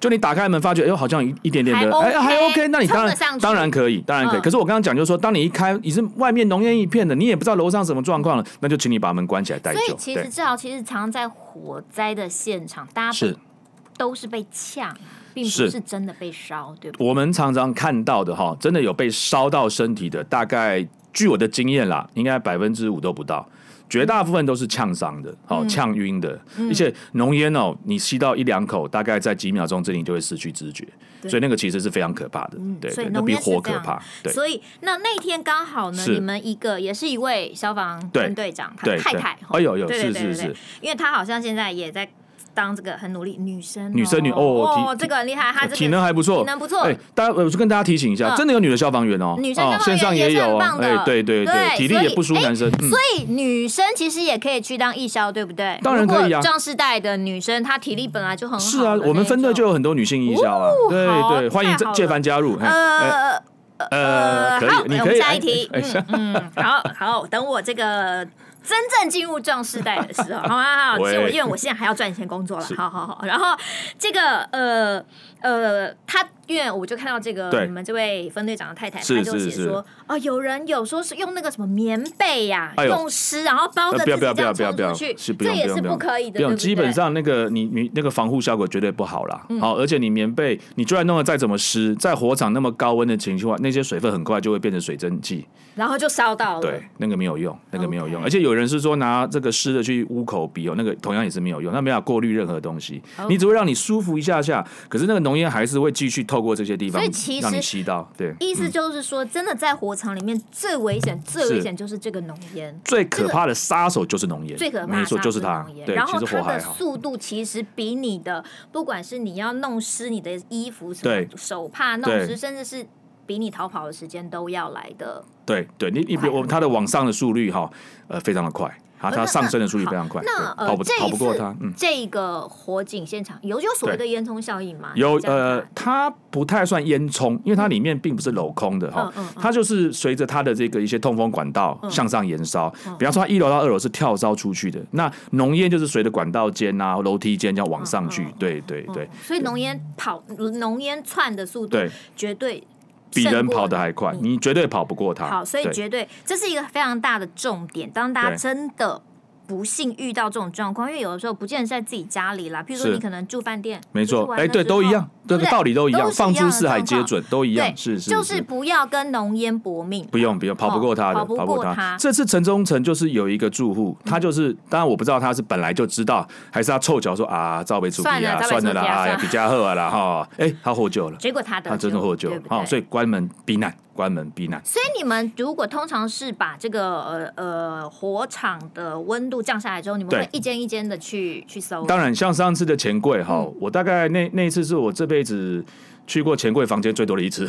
[SPEAKER 2] 就你打开门发觉，哎呦，好像有一一点点的，
[SPEAKER 1] 还
[SPEAKER 2] 哎，还
[SPEAKER 1] OK，
[SPEAKER 2] 那你当
[SPEAKER 1] 冲得上
[SPEAKER 2] 然
[SPEAKER 1] 去
[SPEAKER 2] 当然可以，当然可以。
[SPEAKER 1] 嗯
[SPEAKER 2] 可是我刚刚讲就是说，当你一开，已经外面浓烟一片的，你也不知道楼上什么状况了，那就请你把门关起来待
[SPEAKER 1] 所以
[SPEAKER 2] 救。
[SPEAKER 1] 其实
[SPEAKER 2] 对，
[SPEAKER 1] 至少其实常常在火灾的现场，大家
[SPEAKER 2] 是
[SPEAKER 1] 不都是被呛，并不
[SPEAKER 2] 是
[SPEAKER 1] 是真的被烧，对不对？
[SPEAKER 2] 我们常常看到的哈，真的有被烧到身体的，大概据我的经验啦，应该百分之五都不到。绝大部分都是呛伤的，好
[SPEAKER 1] 嗯
[SPEAKER 2] 呛晕的，而且浓烟哦，你吸到一两口，大概在几秒钟之内你就会失去知觉，
[SPEAKER 1] 对嗯
[SPEAKER 2] 所以那个其实是非常可怕的，对
[SPEAKER 1] 所以
[SPEAKER 2] 对，那
[SPEAKER 1] 浓
[SPEAKER 2] 比
[SPEAKER 1] 烟是
[SPEAKER 2] 火
[SPEAKER 1] 非
[SPEAKER 2] 可
[SPEAKER 1] 常
[SPEAKER 2] 怕，对
[SPEAKER 1] 所以啊那那天刚好呢，
[SPEAKER 2] 是
[SPEAKER 1] 你们一个也是一位消防
[SPEAKER 2] 对
[SPEAKER 1] 分队长
[SPEAKER 2] 对
[SPEAKER 1] 太
[SPEAKER 2] 对
[SPEAKER 1] 太，吼
[SPEAKER 2] 哎呦呦
[SPEAKER 1] 对对
[SPEAKER 2] 是
[SPEAKER 1] 对
[SPEAKER 2] 是
[SPEAKER 1] 对对因为她好像现在也在当这个很努力女生哦，
[SPEAKER 2] 女生女哦
[SPEAKER 1] 哦，
[SPEAKER 2] 体
[SPEAKER 1] 这个很厉害，她这个
[SPEAKER 2] 体能还不错，
[SPEAKER 1] 体能不错
[SPEAKER 2] 哎，大家我就跟大家提醒一下，
[SPEAKER 1] 嗯
[SPEAKER 2] 真的有女的消防员哦，
[SPEAKER 1] 女生消
[SPEAKER 2] 哦
[SPEAKER 1] 防
[SPEAKER 2] 线
[SPEAKER 1] 员
[SPEAKER 2] 上
[SPEAKER 1] 也是
[SPEAKER 2] 有
[SPEAKER 1] 很
[SPEAKER 2] 哦，
[SPEAKER 1] 棒的
[SPEAKER 2] 哎，对对
[SPEAKER 1] 对
[SPEAKER 2] 对，体力
[SPEAKER 1] 所以
[SPEAKER 2] 也不输
[SPEAKER 1] 哎
[SPEAKER 2] 男生，嗯
[SPEAKER 1] 所以女生其实也可以去当义消，对不对？
[SPEAKER 2] 当然可以啊
[SPEAKER 1] 如果壮士代的女生，她体力本来就很好的
[SPEAKER 2] 是
[SPEAKER 1] 那
[SPEAKER 2] 啊
[SPEAKER 1] 种，，
[SPEAKER 2] 我们分队就有很多女性艺校啊
[SPEAKER 1] 哦，
[SPEAKER 2] 对
[SPEAKER 1] 好
[SPEAKER 2] 对，欢迎
[SPEAKER 1] 太好了
[SPEAKER 2] 介凡加入，嘿哎
[SPEAKER 1] 呃。
[SPEAKER 2] 呃，可
[SPEAKER 1] 好，
[SPEAKER 2] 以，你
[SPEAKER 1] 我
[SPEAKER 2] 可
[SPEAKER 1] 们
[SPEAKER 2] 以，
[SPEAKER 1] 下
[SPEAKER 2] 哎
[SPEAKER 1] 一题。
[SPEAKER 2] 哎
[SPEAKER 1] 嗯嗯，好好，等我这个真正进入壮士代的时候，好好好，其
[SPEAKER 2] 喂
[SPEAKER 1] 实我因为我现在还要赚钱工作了，
[SPEAKER 2] 是
[SPEAKER 1] 好好好。然后这个呃呃，他因为我就看到这个
[SPEAKER 2] 对
[SPEAKER 1] 你们这位分队长的太太，她
[SPEAKER 2] 是
[SPEAKER 1] 就写
[SPEAKER 2] 是是
[SPEAKER 1] 说，哦，有人有说是用那个什么棉被呀，
[SPEAKER 2] 哎呦
[SPEAKER 1] 用湿然后包着自
[SPEAKER 2] 呃不
[SPEAKER 1] 己
[SPEAKER 2] 要不要
[SPEAKER 1] 这
[SPEAKER 2] 不要
[SPEAKER 1] 样
[SPEAKER 2] 不要
[SPEAKER 1] 冲
[SPEAKER 2] 不要，
[SPEAKER 1] 出去，
[SPEAKER 2] 是不
[SPEAKER 1] 这
[SPEAKER 2] 用
[SPEAKER 1] 也
[SPEAKER 2] 用
[SPEAKER 1] 是
[SPEAKER 2] 不用
[SPEAKER 1] 可以的，
[SPEAKER 2] 不
[SPEAKER 1] 对
[SPEAKER 2] 用，
[SPEAKER 1] 不
[SPEAKER 2] 基
[SPEAKER 1] 对
[SPEAKER 2] 本上那个你你那个防护效果绝对不好啦。好，而且你棉
[SPEAKER 1] 嗯
[SPEAKER 2] 被你就算弄得再怎么湿，在火场那么高温的情况下，那些水分很快就会变成水蒸气，
[SPEAKER 1] 然后就烧到了。
[SPEAKER 2] 对，那个没有用，那个没有用。
[SPEAKER 1] 嗯 OK
[SPEAKER 2] 而且有人是说拿这个湿的去捂口鼻哦，那个同样也是没有用，那没法过滤任何东西，你只会让你舒服一下下，可是那个浓烟还是会继续透过这些地方
[SPEAKER 1] 所以其
[SPEAKER 2] 让你
[SPEAKER 1] 实
[SPEAKER 2] 吸到，对。
[SPEAKER 1] 意思就是说，真的在火场里面最危险、最危
[SPEAKER 2] 嗯是
[SPEAKER 1] 险就是这个浓烟。
[SPEAKER 2] 最可怕的杀手就是浓烟，
[SPEAKER 1] 最可怕的
[SPEAKER 2] 没错，
[SPEAKER 1] 杀
[SPEAKER 2] 就是它
[SPEAKER 1] 浓烟。
[SPEAKER 2] 对，
[SPEAKER 1] 然
[SPEAKER 2] 其
[SPEAKER 1] 后
[SPEAKER 2] 实
[SPEAKER 1] 它
[SPEAKER 2] 火还
[SPEAKER 1] 的
[SPEAKER 2] 好。
[SPEAKER 1] 速度其实比你的，不管是你要弄湿你的衣服、什
[SPEAKER 2] 对
[SPEAKER 1] 么手帕弄
[SPEAKER 2] 对
[SPEAKER 1] 湿，甚至是比你逃跑的时间都要来的。
[SPEAKER 2] 对对，你你比
[SPEAKER 1] 快
[SPEAKER 2] 我它的往上的速率哈，呃，非常的快，它
[SPEAKER 1] 哦
[SPEAKER 2] 它
[SPEAKER 1] 那
[SPEAKER 2] 上升的速率
[SPEAKER 1] 好
[SPEAKER 2] 非常快，
[SPEAKER 1] 那
[SPEAKER 2] 对
[SPEAKER 1] 呃
[SPEAKER 2] 跑，不
[SPEAKER 1] 这
[SPEAKER 2] 跑
[SPEAKER 1] 一
[SPEAKER 2] 不过它
[SPEAKER 1] 次，
[SPEAKER 2] 嗯。
[SPEAKER 1] 这个火警现场有有所谓的烟囱效应吗？
[SPEAKER 2] 有
[SPEAKER 1] 这样
[SPEAKER 2] 呃
[SPEAKER 1] 看，
[SPEAKER 2] 它不太算烟囱，因为它里面并不是镂空的哈
[SPEAKER 1] 嗯嗯，
[SPEAKER 2] 它就是随着它的这个一些通风管道向上延烧。
[SPEAKER 1] 嗯
[SPEAKER 2] 比方说，它一楼到二楼是跳烧出去的，那浓烟就是随着管道间啊、楼梯间这样往上去
[SPEAKER 1] 嗯嗯。
[SPEAKER 2] 对对对，
[SPEAKER 1] 所以浓烟跑、浓烟窜的速度
[SPEAKER 2] 对
[SPEAKER 1] 绝对
[SPEAKER 2] 比
[SPEAKER 1] 胜
[SPEAKER 2] 人
[SPEAKER 1] 过嗯
[SPEAKER 2] 跑得还快，你绝对跑不过它。
[SPEAKER 1] 好，所以
[SPEAKER 2] 对
[SPEAKER 1] 绝对这是一个非常大的重点。当大家
[SPEAKER 2] 对
[SPEAKER 1] 真的不幸遇到这种状况，因为有的时候不见得是在自己家里啦，譬如说
[SPEAKER 2] 是
[SPEAKER 1] 你可能住饭店，
[SPEAKER 2] 没
[SPEAKER 1] 出去
[SPEAKER 2] 错，
[SPEAKER 1] 玩
[SPEAKER 2] 哎，
[SPEAKER 1] 的
[SPEAKER 2] 对，
[SPEAKER 1] 时
[SPEAKER 2] 都一
[SPEAKER 1] 候
[SPEAKER 2] 样，这
[SPEAKER 1] 对不
[SPEAKER 2] 个
[SPEAKER 1] 对
[SPEAKER 2] 道理都一
[SPEAKER 1] 都
[SPEAKER 2] 样，
[SPEAKER 1] 是
[SPEAKER 2] 放
[SPEAKER 1] 一样
[SPEAKER 2] 诸
[SPEAKER 1] 的
[SPEAKER 2] 四海
[SPEAKER 1] 状况
[SPEAKER 2] 皆准，都一
[SPEAKER 1] 对
[SPEAKER 2] 样，，是是
[SPEAKER 1] 就是不要跟浓烟搏命，
[SPEAKER 2] 不用不用，跑不过他的，
[SPEAKER 1] 跑不过
[SPEAKER 2] 过
[SPEAKER 1] 他嗯
[SPEAKER 2] 这次城中城就是有一个住户，他就是，当然我不知道他是本来就知道，还是他凑巧说啊，赵北出
[SPEAKER 1] 算
[SPEAKER 2] 皮
[SPEAKER 1] 了
[SPEAKER 2] 啊，
[SPEAKER 1] 赵北
[SPEAKER 2] 算了
[SPEAKER 1] 出
[SPEAKER 2] 啦，
[SPEAKER 1] 皮啊
[SPEAKER 2] 哎
[SPEAKER 1] 算
[SPEAKER 2] 呀，
[SPEAKER 1] 了
[SPEAKER 2] 比较好啊啦哈，哎，他获救了，
[SPEAKER 1] 结果他得
[SPEAKER 2] 他真的
[SPEAKER 1] 救
[SPEAKER 2] 获救
[SPEAKER 1] 对
[SPEAKER 2] 了
[SPEAKER 1] 不，
[SPEAKER 2] 好，
[SPEAKER 1] 对
[SPEAKER 2] 所以关门避难，关门避难，
[SPEAKER 1] 所以你们如果通常是把这个呃呃火场的温度降下来之后，你们
[SPEAKER 2] 对
[SPEAKER 1] 会一间一间的去去搜，
[SPEAKER 2] 当然，像上次的钱柜哈，
[SPEAKER 1] 嗯
[SPEAKER 2] 我大概那那一次是我这辈子。去过钱柜房间最多的一次，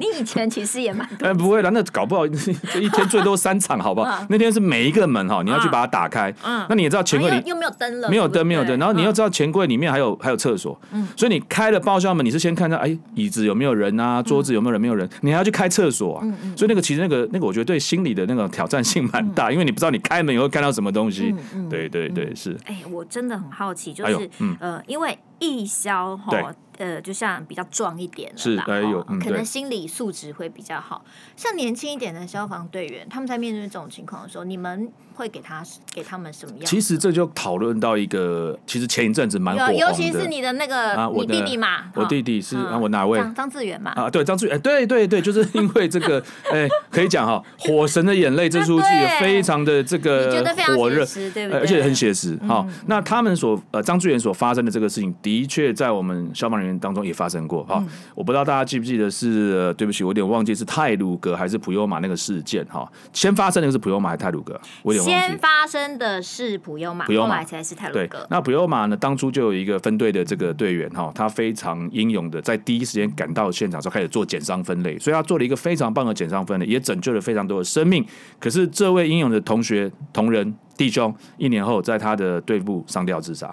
[SPEAKER 1] 你以前其实也蛮
[SPEAKER 2] 哎，不会啦，那搞不好 (laughs) 这一天最多三场，好不好？那天是每一个门哈，你要去把它打开。
[SPEAKER 1] 嗯
[SPEAKER 2] 那你也知道钱柜
[SPEAKER 1] 啊
[SPEAKER 2] 里
[SPEAKER 1] 又又没有灯了，
[SPEAKER 2] 没有
[SPEAKER 1] 对
[SPEAKER 2] 灯，
[SPEAKER 1] 不
[SPEAKER 2] 没有灯。
[SPEAKER 1] 对
[SPEAKER 2] 然后你
[SPEAKER 1] 嗯
[SPEAKER 2] 又知道钱柜里面还有还有厕所，所以你开了包厢门，你是先看到哎椅子有没有人
[SPEAKER 1] 嗯
[SPEAKER 2] 啊，桌子有没有人，没有人，你还要去开厕所啊。所以那个其实那个那个，我觉得对心理的那个挑战性蛮
[SPEAKER 1] 嗯
[SPEAKER 2] 大，因为你不知道你开门以后看到什么东西。对对对，是
[SPEAKER 1] 哎，我真的很好奇，就
[SPEAKER 2] 哎呦
[SPEAKER 1] 是、
[SPEAKER 2] 嗯
[SPEAKER 1] 呃，因为义消
[SPEAKER 2] 对
[SPEAKER 1] 哈，呃，就像比较壮一点了啦
[SPEAKER 2] 是哎
[SPEAKER 1] 哦
[SPEAKER 2] 有嗯
[SPEAKER 1] 可能
[SPEAKER 2] 对
[SPEAKER 1] 心理素质会比较好。像年轻一点的消防队员，他们在面对这种情况的时候，你们会给他给他们什么样的？
[SPEAKER 2] 其实这就讨论到一个，其实前一阵子蛮火
[SPEAKER 1] 有，
[SPEAKER 2] 红的，
[SPEAKER 1] 尤其是你的那个、
[SPEAKER 2] 啊我
[SPEAKER 1] 你
[SPEAKER 2] 的
[SPEAKER 1] 弟弟嘛，
[SPEAKER 2] 我
[SPEAKER 1] 哦
[SPEAKER 2] 弟弟是
[SPEAKER 1] 嗯
[SPEAKER 2] 啊，我哪位
[SPEAKER 1] 张张志远嘛，
[SPEAKER 2] 啊？对，张志远，哎对对对，就是 (laughs) 因为这个，哎，可以讲哈，《火神的眼泪》这出剧
[SPEAKER 1] 啊对
[SPEAKER 2] 非常的这
[SPEAKER 1] 你觉
[SPEAKER 2] 个
[SPEAKER 1] 得非常
[SPEAKER 2] 火热
[SPEAKER 1] 写，实，对不
[SPEAKER 2] 呃
[SPEAKER 1] 对？嗯
[SPEAKER 2] 而且很写实。好、那他们所呃张志远所发生的这个事情，的确在我们消防人员当中也发生过。
[SPEAKER 1] 嗯
[SPEAKER 2] 哈、我不知道大家记不记得是，呃对不起，我有点忘记是泰鲁格还是普悠玛那个事件。哈、先发生的是普悠玛还是泰鲁格？我有点忘
[SPEAKER 1] 先
[SPEAKER 2] 记。
[SPEAKER 1] 发生的是普悠玛，
[SPEAKER 2] 普悠
[SPEAKER 1] 后
[SPEAKER 2] 玛
[SPEAKER 1] 来才是泰鲁
[SPEAKER 2] 对
[SPEAKER 1] 格，。
[SPEAKER 2] 那普悠玛呢？当初就有一个分队的这个队员哈、他非常英勇的，在第一时间赶到现场之后开始做减伤分类，所以他做了一个非常棒的减伤分类，也拯救了非常多的生命。可是这位英勇的同学、同仁、弟兄，一年后在他的队部上吊自杀。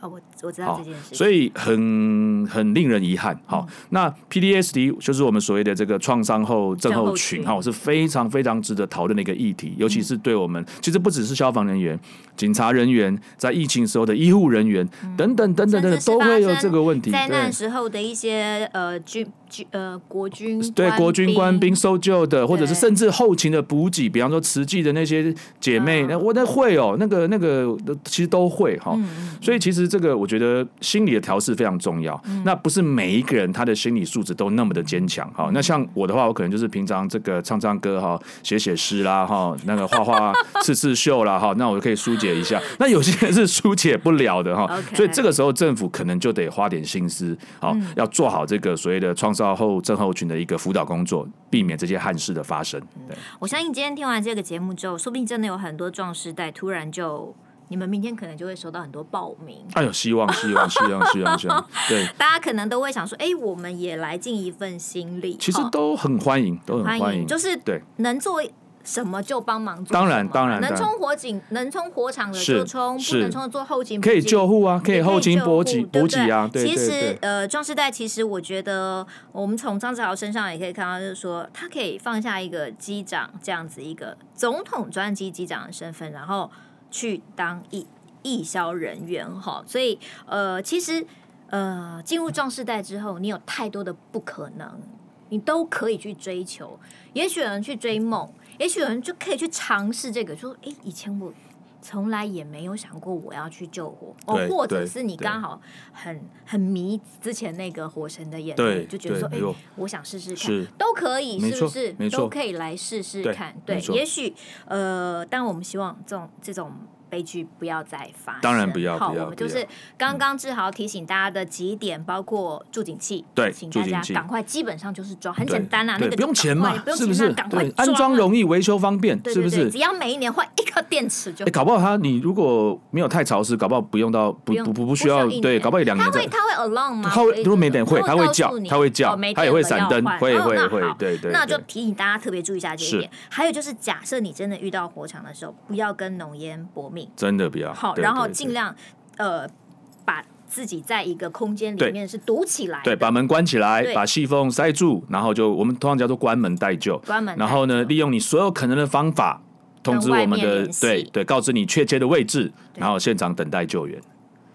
[SPEAKER 1] 哦，我我知道
[SPEAKER 2] 好
[SPEAKER 1] 这件事。嗯
[SPEAKER 2] 所以很很令人遗憾。好，那 PDSD 就是我们所谓的这个创伤后症
[SPEAKER 1] 症
[SPEAKER 2] 候群，
[SPEAKER 1] 候群嗯
[SPEAKER 2] 哈，是非常非常值得讨论的一个议题，尤其是对我们，其实不只是消防人员、警察人员，在疫情时候的医护人员等等等等等等，
[SPEAKER 1] 嗯甚
[SPEAKER 2] 都
[SPEAKER 1] 至是
[SPEAKER 2] 会有
[SPEAKER 1] 发生
[SPEAKER 2] 这个问题。
[SPEAKER 1] 灾
[SPEAKER 2] 对
[SPEAKER 1] 难。时候的一些呃军军呃国军
[SPEAKER 2] 对国军官兵
[SPEAKER 1] 兵
[SPEAKER 2] 搜救的，或者是
[SPEAKER 1] 对
[SPEAKER 2] 甚至后勤的补给，比方说慈济的那些姐妹，
[SPEAKER 1] 嗯
[SPEAKER 2] 那我那会哦，那个那个其实都会哈、
[SPEAKER 1] 嗯
[SPEAKER 2] 所以其实这个我觉得心理的调试非常重要。
[SPEAKER 1] 嗯
[SPEAKER 2] 那不是每一个人他的心理素质都那么的坚强
[SPEAKER 1] 嗯
[SPEAKER 2] 哈、那像我的话，我可能就是平常这个唱唱歌哈、写写诗啦哈、那个画画刺刺绣啦哈、那我就可以疏解一下。那有些人是疏解不了的哈、
[SPEAKER 1] OK 嗯
[SPEAKER 2] 所以这个时候政府可能就得花点心思，好、要做好这个所谓的创造后症候群的一个辅导工作，避免这些憾事的发生。对。
[SPEAKER 1] 我相信今天听完这个节目之后，说不定真的有很多壮士代突然就，你们明天可能就会收到很多报名。
[SPEAKER 2] 哎呦，希望，希望，希望，希望，希
[SPEAKER 1] (laughs)
[SPEAKER 2] 望，对，
[SPEAKER 1] 大家可能都会想说，哎、我们也来尽一份心力。
[SPEAKER 2] 其实
[SPEAKER 1] 哦
[SPEAKER 2] 都很欢迎，都很
[SPEAKER 1] 欢
[SPEAKER 2] 欢迎，
[SPEAKER 1] 就是
[SPEAKER 2] 对，
[SPEAKER 1] 能做什么就帮忙做什么。
[SPEAKER 2] 当然当然
[SPEAKER 1] 能
[SPEAKER 2] 当然
[SPEAKER 1] 冲火警，能冲火场的
[SPEAKER 2] 是
[SPEAKER 1] 就冲，不
[SPEAKER 2] 是
[SPEAKER 1] 能冲的做后勤补
[SPEAKER 2] 可
[SPEAKER 1] 给，
[SPEAKER 2] 以救护啊，可以
[SPEAKER 1] 也
[SPEAKER 2] 后勤
[SPEAKER 1] 救
[SPEAKER 2] 补
[SPEAKER 1] 护
[SPEAKER 2] 给
[SPEAKER 1] 对
[SPEAKER 2] 补
[SPEAKER 1] 不
[SPEAKER 2] 给啊，对
[SPEAKER 1] 对其
[SPEAKER 2] 对
[SPEAKER 1] 实
[SPEAKER 2] 对，
[SPEAKER 1] 呃，壮士代其实我觉得，我们从张志豪身上也可以看到，就是说他可以放下一个机长这样子一个总统专机机长的身份，然后去当义义消人员哈。所以呃，其实呃，进入壮士代之后，你有太多的不可能，你都可以去追求。也许有人去追梦，也许有人就可以去尝试这个，说哎诶，以前我。从来也没有想过我要去救火，哦，
[SPEAKER 2] 对
[SPEAKER 1] 或者
[SPEAKER 2] 对
[SPEAKER 1] 是你
[SPEAKER 2] 对
[SPEAKER 1] 刚好很很迷之前那个《火神的眼泪
[SPEAKER 2] 对》，
[SPEAKER 1] 就觉得说，哎、
[SPEAKER 2] 对哎呦
[SPEAKER 1] 我想试试看
[SPEAKER 2] 是，
[SPEAKER 1] 都可以，
[SPEAKER 2] 没
[SPEAKER 1] 是不
[SPEAKER 2] 错
[SPEAKER 1] 是？
[SPEAKER 2] 没错
[SPEAKER 1] 都可以来试试看。对，
[SPEAKER 2] 对没错
[SPEAKER 1] 也许呃，但我们希望这种这种。悲剧不要再发生，
[SPEAKER 2] 当然不要
[SPEAKER 1] 好，
[SPEAKER 2] 不要
[SPEAKER 1] 我们就
[SPEAKER 2] 不
[SPEAKER 1] 是
[SPEAKER 2] 要
[SPEAKER 1] 刚刚志豪提醒大家的几点，包括助警器，
[SPEAKER 2] 对
[SPEAKER 1] 请
[SPEAKER 2] 助
[SPEAKER 1] 大
[SPEAKER 2] 警
[SPEAKER 1] 家
[SPEAKER 2] 器
[SPEAKER 1] 赶快，基本上就是装，很
[SPEAKER 2] 对
[SPEAKER 1] 简单啊，那
[SPEAKER 2] 对，
[SPEAKER 1] 个
[SPEAKER 2] 不用
[SPEAKER 1] 就
[SPEAKER 2] 钱
[SPEAKER 1] 赶快
[SPEAKER 2] 嘛
[SPEAKER 1] 不，用
[SPEAKER 2] 是不
[SPEAKER 1] 钱啊
[SPEAKER 2] 是？
[SPEAKER 1] 赶快
[SPEAKER 2] 对，安装
[SPEAKER 1] 啊
[SPEAKER 2] 容易，维修方便，
[SPEAKER 1] 对
[SPEAKER 2] 是不
[SPEAKER 1] 对对
[SPEAKER 2] 是
[SPEAKER 1] 只？要每一年换一个电池就
[SPEAKER 2] 哎，搞不好他你如果没有太潮湿，搞不好不用到不
[SPEAKER 1] 不用
[SPEAKER 2] 不不不需
[SPEAKER 1] 不需要
[SPEAKER 2] 要
[SPEAKER 1] 一
[SPEAKER 2] 哎对，
[SPEAKER 1] 年
[SPEAKER 2] 搞不好两
[SPEAKER 1] 他
[SPEAKER 2] 年再
[SPEAKER 1] 会。他会 alarm 吗？哎
[SPEAKER 2] 他会，如果没电会，
[SPEAKER 1] 他
[SPEAKER 2] 他会叫，他会
[SPEAKER 1] 哦
[SPEAKER 2] 叫，他也会闪灯，会会会，对对。
[SPEAKER 1] 那就
[SPEAKER 2] 对
[SPEAKER 1] 提醒大家特别注意一下这一点。还有就是，假设你真的遇到火场的时候，不要跟浓烟搏命，
[SPEAKER 2] 真的不要
[SPEAKER 1] 好，
[SPEAKER 2] 啊对
[SPEAKER 1] 然后
[SPEAKER 2] 对
[SPEAKER 1] 尽
[SPEAKER 2] 对
[SPEAKER 1] 量呃把自己在一个空间里
[SPEAKER 2] 对
[SPEAKER 1] 面是堵起来的，
[SPEAKER 2] 对，把门关起来
[SPEAKER 1] 对，
[SPEAKER 2] 把细缝塞住，然后就我们通常叫做关门待救。
[SPEAKER 1] 关门待救，
[SPEAKER 2] 然后呢，利用你所有可能的方法通知我
[SPEAKER 1] 跟外
[SPEAKER 2] 们
[SPEAKER 1] 面
[SPEAKER 2] 的
[SPEAKER 1] 联，系
[SPEAKER 2] 对对，告知你确切的位置，
[SPEAKER 1] 对
[SPEAKER 2] 然后现场等待救援。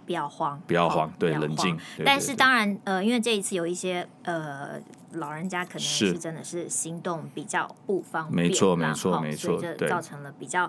[SPEAKER 1] 不要慌，
[SPEAKER 2] 不要
[SPEAKER 1] 好
[SPEAKER 2] 慌对
[SPEAKER 1] 不要
[SPEAKER 2] 冷
[SPEAKER 1] 慌
[SPEAKER 2] 静对
[SPEAKER 1] 但
[SPEAKER 2] 对
[SPEAKER 1] 是
[SPEAKER 2] 对
[SPEAKER 1] 当然，呃，因为这一次有一些呃老人家可能
[SPEAKER 2] 是
[SPEAKER 1] 是真的是行动比较不方便啦，
[SPEAKER 2] 没错没
[SPEAKER 1] 哈
[SPEAKER 2] 错没
[SPEAKER 1] 所以
[SPEAKER 2] 错
[SPEAKER 1] 这
[SPEAKER 2] 对
[SPEAKER 1] 造成了比较。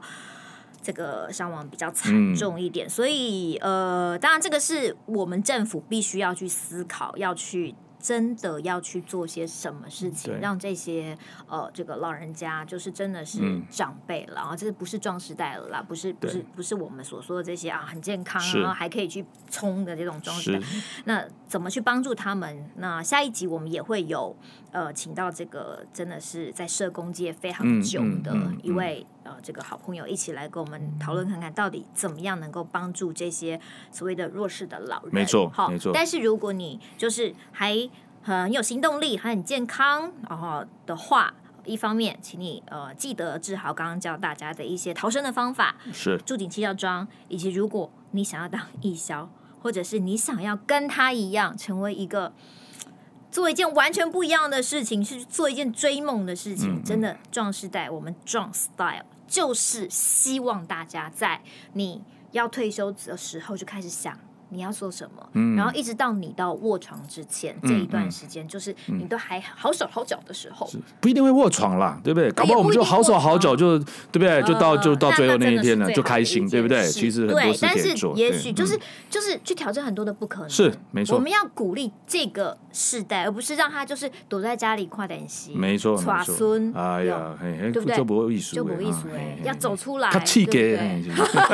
[SPEAKER 1] 这个伤亡比较
[SPEAKER 2] 嗯
[SPEAKER 1] 惨重一点，所以呃，当然这个是我们政府必须要去思考，要去真的要去做些什么事情，
[SPEAKER 2] 对
[SPEAKER 1] 让这些呃这个老人家就是真的是
[SPEAKER 2] 嗯
[SPEAKER 1] 长辈了，啊，这不是壮时代了啦，不是不
[SPEAKER 2] 对
[SPEAKER 1] 是不是我们所说的这些啊很健康
[SPEAKER 2] 是
[SPEAKER 1] 啊还可以去冲的这种壮时代
[SPEAKER 2] 是，，
[SPEAKER 1] 那怎么去帮助他们？那下一集我们也会有呃，请到这个真的是在社工界非常
[SPEAKER 2] 嗯
[SPEAKER 1] 久
[SPEAKER 2] 嗯
[SPEAKER 1] 的
[SPEAKER 2] 嗯
[SPEAKER 1] 一位、呃这个好朋友，一起来跟我们讨论看看，到底怎么样能够帮助这些所谓的弱势的老人。
[SPEAKER 2] 没错
[SPEAKER 1] 好，
[SPEAKER 2] 没错
[SPEAKER 1] 但是如果你就是还很有行动力，还很健康，然后的话。一方面，请你呃记得志豪刚刚教大家的一些逃生的方法，
[SPEAKER 2] 是
[SPEAKER 1] 助警器要装，以及如果你想要当义消，或者是你想要跟他一样成为一个做一件完全不一样的事情，是做一件追梦的事情，
[SPEAKER 2] 嗯嗯
[SPEAKER 1] 真的壮士代，我们壮 style 就是希望大家在你要退休的时候就开始想。你要做什么，
[SPEAKER 2] 嗯
[SPEAKER 1] 然后一直到你到卧床之前这一段时间，就是
[SPEAKER 2] 嗯
[SPEAKER 1] 你都还好手好脚的时候，
[SPEAKER 2] 不一定会卧床啦，对
[SPEAKER 1] 哦
[SPEAKER 2] 不对？搞不好我们就好手好脚，就对不对？就
[SPEAKER 1] 呃嗯
[SPEAKER 2] 到就到最后那一天了，就开心，对不对？其实很多
[SPEAKER 1] 对，
[SPEAKER 2] 事
[SPEAKER 1] 但
[SPEAKER 2] 可以
[SPEAKER 1] 是
[SPEAKER 2] 做，
[SPEAKER 1] 也
[SPEAKER 2] 对
[SPEAKER 1] 许
[SPEAKER 2] 嗯
[SPEAKER 1] 就是就是去挑战很多的不可能，
[SPEAKER 2] 是没错
[SPEAKER 1] 我们要鼓励这个世代，而不是让他就是躲在家里跨点息，
[SPEAKER 2] 没错，没
[SPEAKER 1] 耍
[SPEAKER 2] 错
[SPEAKER 1] 孙，
[SPEAKER 2] 哎呀，嘿嘿，
[SPEAKER 1] 对不对
[SPEAKER 2] 就不会艺术，
[SPEAKER 1] 就不会意
[SPEAKER 2] 啊
[SPEAKER 1] 思哎，要走出来，
[SPEAKER 2] 他气
[SPEAKER 1] 对
[SPEAKER 2] 给，
[SPEAKER 1] 不对
[SPEAKER 2] 嘿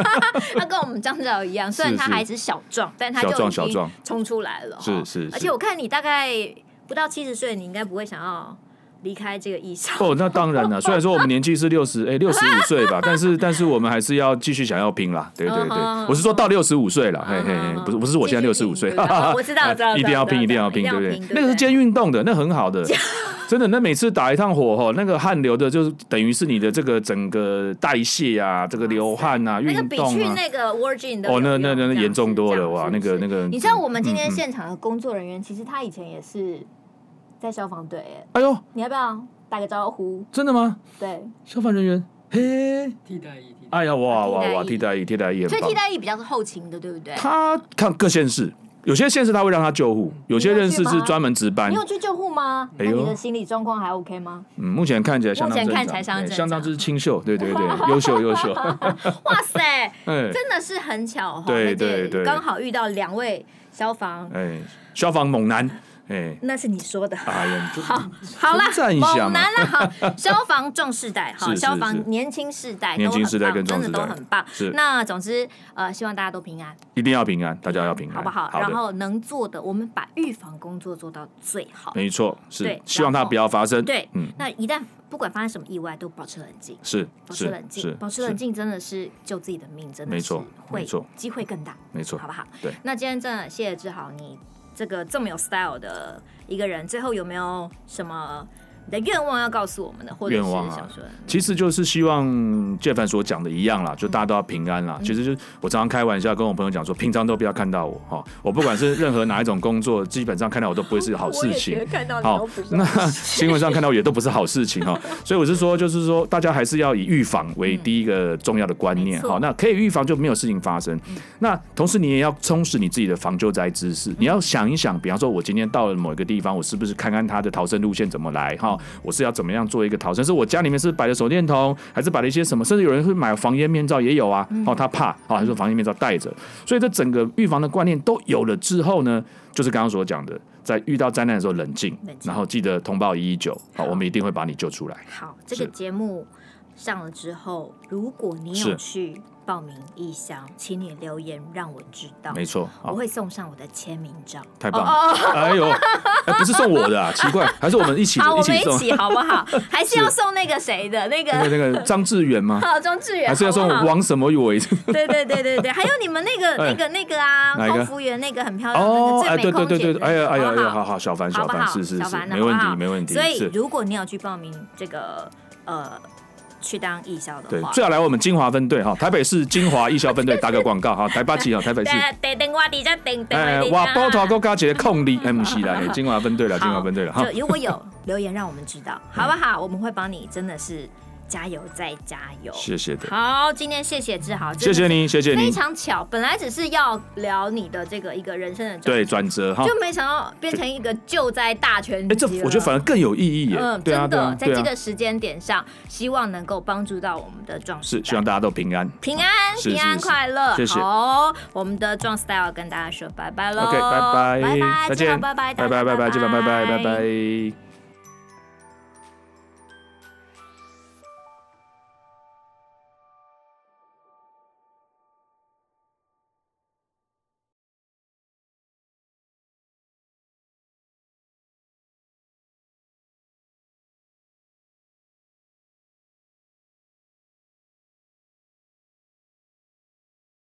[SPEAKER 1] 他跟我们张导一
[SPEAKER 2] (laughs)
[SPEAKER 1] 样，虽然
[SPEAKER 2] 是
[SPEAKER 1] 他
[SPEAKER 2] 是
[SPEAKER 1] 还是小壮，但他
[SPEAKER 2] 小
[SPEAKER 1] 就已
[SPEAKER 2] 壮小
[SPEAKER 1] 经
[SPEAKER 2] 壮
[SPEAKER 1] 冲出来了。
[SPEAKER 2] 是
[SPEAKER 1] 哈
[SPEAKER 2] 是
[SPEAKER 1] 而
[SPEAKER 2] 是
[SPEAKER 1] 且我看你大概不到七十岁，你应该不会想要离开这个艺校。
[SPEAKER 2] (laughs) 哦，那
[SPEAKER 1] (laughs)
[SPEAKER 2] 当然了。虽然说我们年纪是六十，哎，六十五岁吧，但是但是我们还是要继续想要拼啦。对对
[SPEAKER 1] 嗯
[SPEAKER 2] 对
[SPEAKER 1] 嗯嗯，
[SPEAKER 2] 我是说到六十五岁了，嘿
[SPEAKER 1] 嗯
[SPEAKER 2] 嘿
[SPEAKER 1] 嗯
[SPEAKER 2] 嘿
[SPEAKER 1] 嗯，
[SPEAKER 2] 不是不是我现在六
[SPEAKER 1] 继续
[SPEAKER 2] 十五岁哎
[SPEAKER 1] 拼，对
[SPEAKER 2] (laughs)
[SPEAKER 1] 吧我知道我知道
[SPEAKER 2] 一定要
[SPEAKER 1] 知道
[SPEAKER 2] 拼，一定
[SPEAKER 1] 知道
[SPEAKER 2] 要拼，
[SPEAKER 1] 一定
[SPEAKER 2] 对
[SPEAKER 1] 要
[SPEAKER 2] 不
[SPEAKER 1] 拼
[SPEAKER 2] 对
[SPEAKER 1] 对不？对
[SPEAKER 2] 那个是兼运动的，那很
[SPEAKER 1] (laughs)
[SPEAKER 2] 好的。真的，那每次打一趟火吼，那个汗流的，就是等于是你的这个整个代谢啊，这个流汗啊，运
[SPEAKER 1] 那个比去
[SPEAKER 2] 动啊，
[SPEAKER 1] 那个 Virgin 的
[SPEAKER 2] 哦，那
[SPEAKER 1] 有
[SPEAKER 2] 那
[SPEAKER 1] 用这
[SPEAKER 2] 那那
[SPEAKER 1] 样
[SPEAKER 2] 严重
[SPEAKER 1] 子
[SPEAKER 2] 多
[SPEAKER 1] 这
[SPEAKER 2] 了
[SPEAKER 1] 样
[SPEAKER 2] 哇，
[SPEAKER 1] 是
[SPEAKER 2] 那个
[SPEAKER 1] 是
[SPEAKER 2] 那个，
[SPEAKER 1] 你知道我们今天
[SPEAKER 2] 嗯嗯
[SPEAKER 1] 现场的工作人员，其实他以前也是在消防队耶，
[SPEAKER 2] 哎呦，
[SPEAKER 1] 你要不要打个招呼？
[SPEAKER 2] 真的吗？
[SPEAKER 1] 对，
[SPEAKER 2] 消防人员，嘿，
[SPEAKER 3] 替代役，替代役
[SPEAKER 2] 哎呀，哇哇哇，
[SPEAKER 1] 啊替
[SPEAKER 2] 替
[SPEAKER 1] 代
[SPEAKER 2] 代役，替代役
[SPEAKER 1] 所
[SPEAKER 2] 很
[SPEAKER 1] 以
[SPEAKER 2] 棒
[SPEAKER 1] 替。代役比较是后勤的，对不对？
[SPEAKER 2] 他看各县市，有些县市他会让他救护，
[SPEAKER 3] 嗯
[SPEAKER 2] 有些人
[SPEAKER 1] 你
[SPEAKER 2] 士
[SPEAKER 1] 有去
[SPEAKER 2] 是
[SPEAKER 1] 吗
[SPEAKER 2] 专门值班
[SPEAKER 1] 你。有去救护吗？那
[SPEAKER 2] 哎呦
[SPEAKER 1] 你的心理状况还 OK 吗？
[SPEAKER 2] (laughs) 嗯，目前看起来相
[SPEAKER 1] 目
[SPEAKER 2] 当
[SPEAKER 1] 前
[SPEAKER 2] 正
[SPEAKER 1] 看起来
[SPEAKER 2] 常，
[SPEAKER 1] 相当
[SPEAKER 2] 对
[SPEAKER 1] 正
[SPEAKER 2] 相当
[SPEAKER 1] 常
[SPEAKER 2] 之清秀，对对
[SPEAKER 1] (laughs)
[SPEAKER 2] 对，优秀优秀。
[SPEAKER 1] 哇塞，
[SPEAKER 2] 哎
[SPEAKER 1] 真的是很巧哈，
[SPEAKER 2] 对
[SPEAKER 1] 而且
[SPEAKER 2] 对对
[SPEAKER 1] 刚好遇到两位消防，
[SPEAKER 2] 哎，消防猛男，哎，
[SPEAKER 1] 那是你说的。
[SPEAKER 2] 哎呀，你就
[SPEAKER 1] 好啦
[SPEAKER 2] 称，赞一下
[SPEAKER 1] 猛
[SPEAKER 2] 嘛
[SPEAKER 1] 男。啦，
[SPEAKER 2] (laughs)
[SPEAKER 1] 好，消防壮世代，好，
[SPEAKER 2] 是是
[SPEAKER 1] 消防
[SPEAKER 2] 是
[SPEAKER 1] 年轻世代都很棒，
[SPEAKER 2] 年轻世代跟壮
[SPEAKER 1] 真的
[SPEAKER 2] 世
[SPEAKER 1] 都
[SPEAKER 2] 代
[SPEAKER 1] 很棒
[SPEAKER 2] 是。
[SPEAKER 1] 那总之，呃，希望大家都平安，
[SPEAKER 2] 一定要平安，大家要平安，
[SPEAKER 1] 好不好？
[SPEAKER 2] 哎的
[SPEAKER 1] 然后能做的，我们把预防工作做到最好。
[SPEAKER 2] 没错，
[SPEAKER 1] 对
[SPEAKER 2] 是希望
[SPEAKER 1] 然
[SPEAKER 2] 它
[SPEAKER 1] 后
[SPEAKER 2] 不要发生。
[SPEAKER 1] 对
[SPEAKER 2] 嗯，
[SPEAKER 1] 那一旦不管发生什么意外，都保持冷静，
[SPEAKER 2] 是
[SPEAKER 1] 保持
[SPEAKER 2] 是
[SPEAKER 1] 冷
[SPEAKER 2] 是，
[SPEAKER 1] 静，保持冷
[SPEAKER 2] 是，
[SPEAKER 1] 静真的是救自己的命，真的
[SPEAKER 2] 没
[SPEAKER 1] 是
[SPEAKER 2] 错
[SPEAKER 1] 会
[SPEAKER 2] 没错
[SPEAKER 1] 机会更大。
[SPEAKER 2] 没错
[SPEAKER 1] 好，不好？
[SPEAKER 2] 对
[SPEAKER 1] 那今天真的谢谢志豪，你这个这么有 style 的一个人，最后有没有什么你的愿望要告诉我们的，或者是
[SPEAKER 2] 愿望啊
[SPEAKER 1] 想说，
[SPEAKER 2] 其实就是希望介凡所讲的一样啦，就大家都要平安啦。其实就是我常常开玩笑跟我朋友讲说，平常都不要看到我哈、我不管是任何哪一种工作，基本上看到我都不会是
[SPEAKER 1] (laughs)
[SPEAKER 2] 好事情。
[SPEAKER 1] 看到
[SPEAKER 2] 好，那 (laughs)
[SPEAKER 1] (laughs)
[SPEAKER 2] 新闻上看到也都不是好事情哈、所以我是说，就是说大家还是要以预防为第一个重要的观
[SPEAKER 1] 没
[SPEAKER 2] 念。
[SPEAKER 1] 错
[SPEAKER 2] 好，那可以预防就没有事情发生。那同时你也要充实你自己的防救灾知
[SPEAKER 1] 嗯
[SPEAKER 2] 识，你要想一想，比方说我今天到了某一个地方，我是不是看看它的逃生路线怎么来哈？我是要怎么样做一个逃生？是我家里面是摆了手电筒，还是摆了一些什么？甚至有人会买防烟面罩也有
[SPEAKER 1] 嗯
[SPEAKER 2] 啊。哦，他怕啊，他说防烟面罩戴着。所以这整个预防的观念都有了之后呢，就是刚刚所讲的，在遇到灾难的时候冷静
[SPEAKER 1] 冷，静
[SPEAKER 2] 然后记得通报一一九，
[SPEAKER 1] 好
[SPEAKER 2] 好，我们一定会把你救出来。
[SPEAKER 1] 好，这个
[SPEAKER 2] 是
[SPEAKER 1] 节目上了之后，如果你有
[SPEAKER 2] 是
[SPEAKER 1] 去报名意向，请你留言让我知道，
[SPEAKER 2] 没错，
[SPEAKER 1] 我
[SPEAKER 2] 好，
[SPEAKER 1] 会送上我的签名照。
[SPEAKER 2] 太棒
[SPEAKER 1] 哦
[SPEAKER 2] 了！哎呦，哎不是送我
[SPEAKER 1] (laughs)
[SPEAKER 2] 的啊，奇怪，还是我们一起的
[SPEAKER 1] 好，我
[SPEAKER 2] 一
[SPEAKER 1] 们
[SPEAKER 2] 起
[SPEAKER 1] 一
[SPEAKER 2] 送。
[SPEAKER 1] 起好不
[SPEAKER 2] (laughs)
[SPEAKER 1] 好？还是要
[SPEAKER 2] 是
[SPEAKER 1] 送那个谁的那
[SPEAKER 2] 那个
[SPEAKER 1] 个
[SPEAKER 2] 那个张志远
[SPEAKER 1] (laughs)
[SPEAKER 2] 吗？
[SPEAKER 1] 好庄志远，
[SPEAKER 2] 还是要
[SPEAKER 1] 好
[SPEAKER 2] 送
[SPEAKER 1] 不好
[SPEAKER 2] 王什么伟？
[SPEAKER 1] 对对对
[SPEAKER 2] (laughs)
[SPEAKER 1] 对对，还有你们那个
[SPEAKER 2] 哎
[SPEAKER 1] 那个那个啊，
[SPEAKER 2] 哪一个
[SPEAKER 1] 空服员那个很漂亮，
[SPEAKER 2] 哦，
[SPEAKER 1] 那
[SPEAKER 2] 哎，
[SPEAKER 1] 个最
[SPEAKER 2] 对
[SPEAKER 1] 美空
[SPEAKER 2] 对
[SPEAKER 1] 姐
[SPEAKER 2] 对对，
[SPEAKER 1] 的
[SPEAKER 2] 哎呀哎呀
[SPEAKER 1] 好
[SPEAKER 2] 哎
[SPEAKER 1] 不
[SPEAKER 2] 呀，好好，小凡
[SPEAKER 1] 好
[SPEAKER 2] 小
[SPEAKER 1] 不
[SPEAKER 2] 凡
[SPEAKER 1] 好？
[SPEAKER 2] 是是
[SPEAKER 1] 小
[SPEAKER 2] 是
[SPEAKER 1] 凡，的
[SPEAKER 2] 没问
[SPEAKER 1] 好不好
[SPEAKER 2] 题没问题，
[SPEAKER 1] 所以
[SPEAKER 2] 是。
[SPEAKER 1] 如果你有去报名这个呃去当艺校的
[SPEAKER 2] 对
[SPEAKER 1] 话，，
[SPEAKER 2] 最好来我们金华分队哈，台北市金华艺校分队打个广告哈，台八旗哈，台北市。
[SPEAKER 1] 得等我底下等等
[SPEAKER 2] 哎
[SPEAKER 1] 我，底
[SPEAKER 2] 哇，
[SPEAKER 1] 下
[SPEAKER 2] 波头够加一个
[SPEAKER 1] (laughs)
[SPEAKER 2] 空力 MC 啦，哎金华分队了，金华
[SPEAKER 1] 好，
[SPEAKER 2] 分队了哈。嗯
[SPEAKER 1] 就如果有留言让我们知道，好不好？我们会帮你，真的是加油再加油。
[SPEAKER 2] 谢谢的，
[SPEAKER 1] 好，今天谢谢志豪，真
[SPEAKER 2] 谢
[SPEAKER 1] 的
[SPEAKER 2] 谢
[SPEAKER 1] 是
[SPEAKER 2] 您，谢谢
[SPEAKER 1] 非
[SPEAKER 2] 您。
[SPEAKER 1] 常巧，本来只是要聊你的这个一个人生的转
[SPEAKER 2] 对，转折哈。
[SPEAKER 1] 就没想到变成一个救灾大全
[SPEAKER 2] 哎，这我觉得反
[SPEAKER 1] 而
[SPEAKER 2] 而更有意义耶
[SPEAKER 1] 嗯，。
[SPEAKER 2] 对啊，
[SPEAKER 1] 真
[SPEAKER 2] 对
[SPEAKER 1] 的、
[SPEAKER 2] 啊，
[SPEAKER 1] 在
[SPEAKER 2] 对
[SPEAKER 1] 这
[SPEAKER 2] 啊。
[SPEAKER 1] 个时间点上，希望能够帮助到我们的壮士
[SPEAKER 2] 是，希望大家都平安。
[SPEAKER 1] 平安
[SPEAKER 2] 是
[SPEAKER 1] 平安
[SPEAKER 2] 是是
[SPEAKER 1] 快乐。
[SPEAKER 2] 谢谢
[SPEAKER 1] 好哦，我们的壮 style 跟大家说拜拜喽
[SPEAKER 2] OK，拜
[SPEAKER 1] 拜拜，
[SPEAKER 2] 拜，再
[SPEAKER 1] 志豪
[SPEAKER 2] 见，
[SPEAKER 1] 拜拜，
[SPEAKER 2] 拜拜，拜拜，
[SPEAKER 1] 拜
[SPEAKER 2] 拜拜，拜。拜。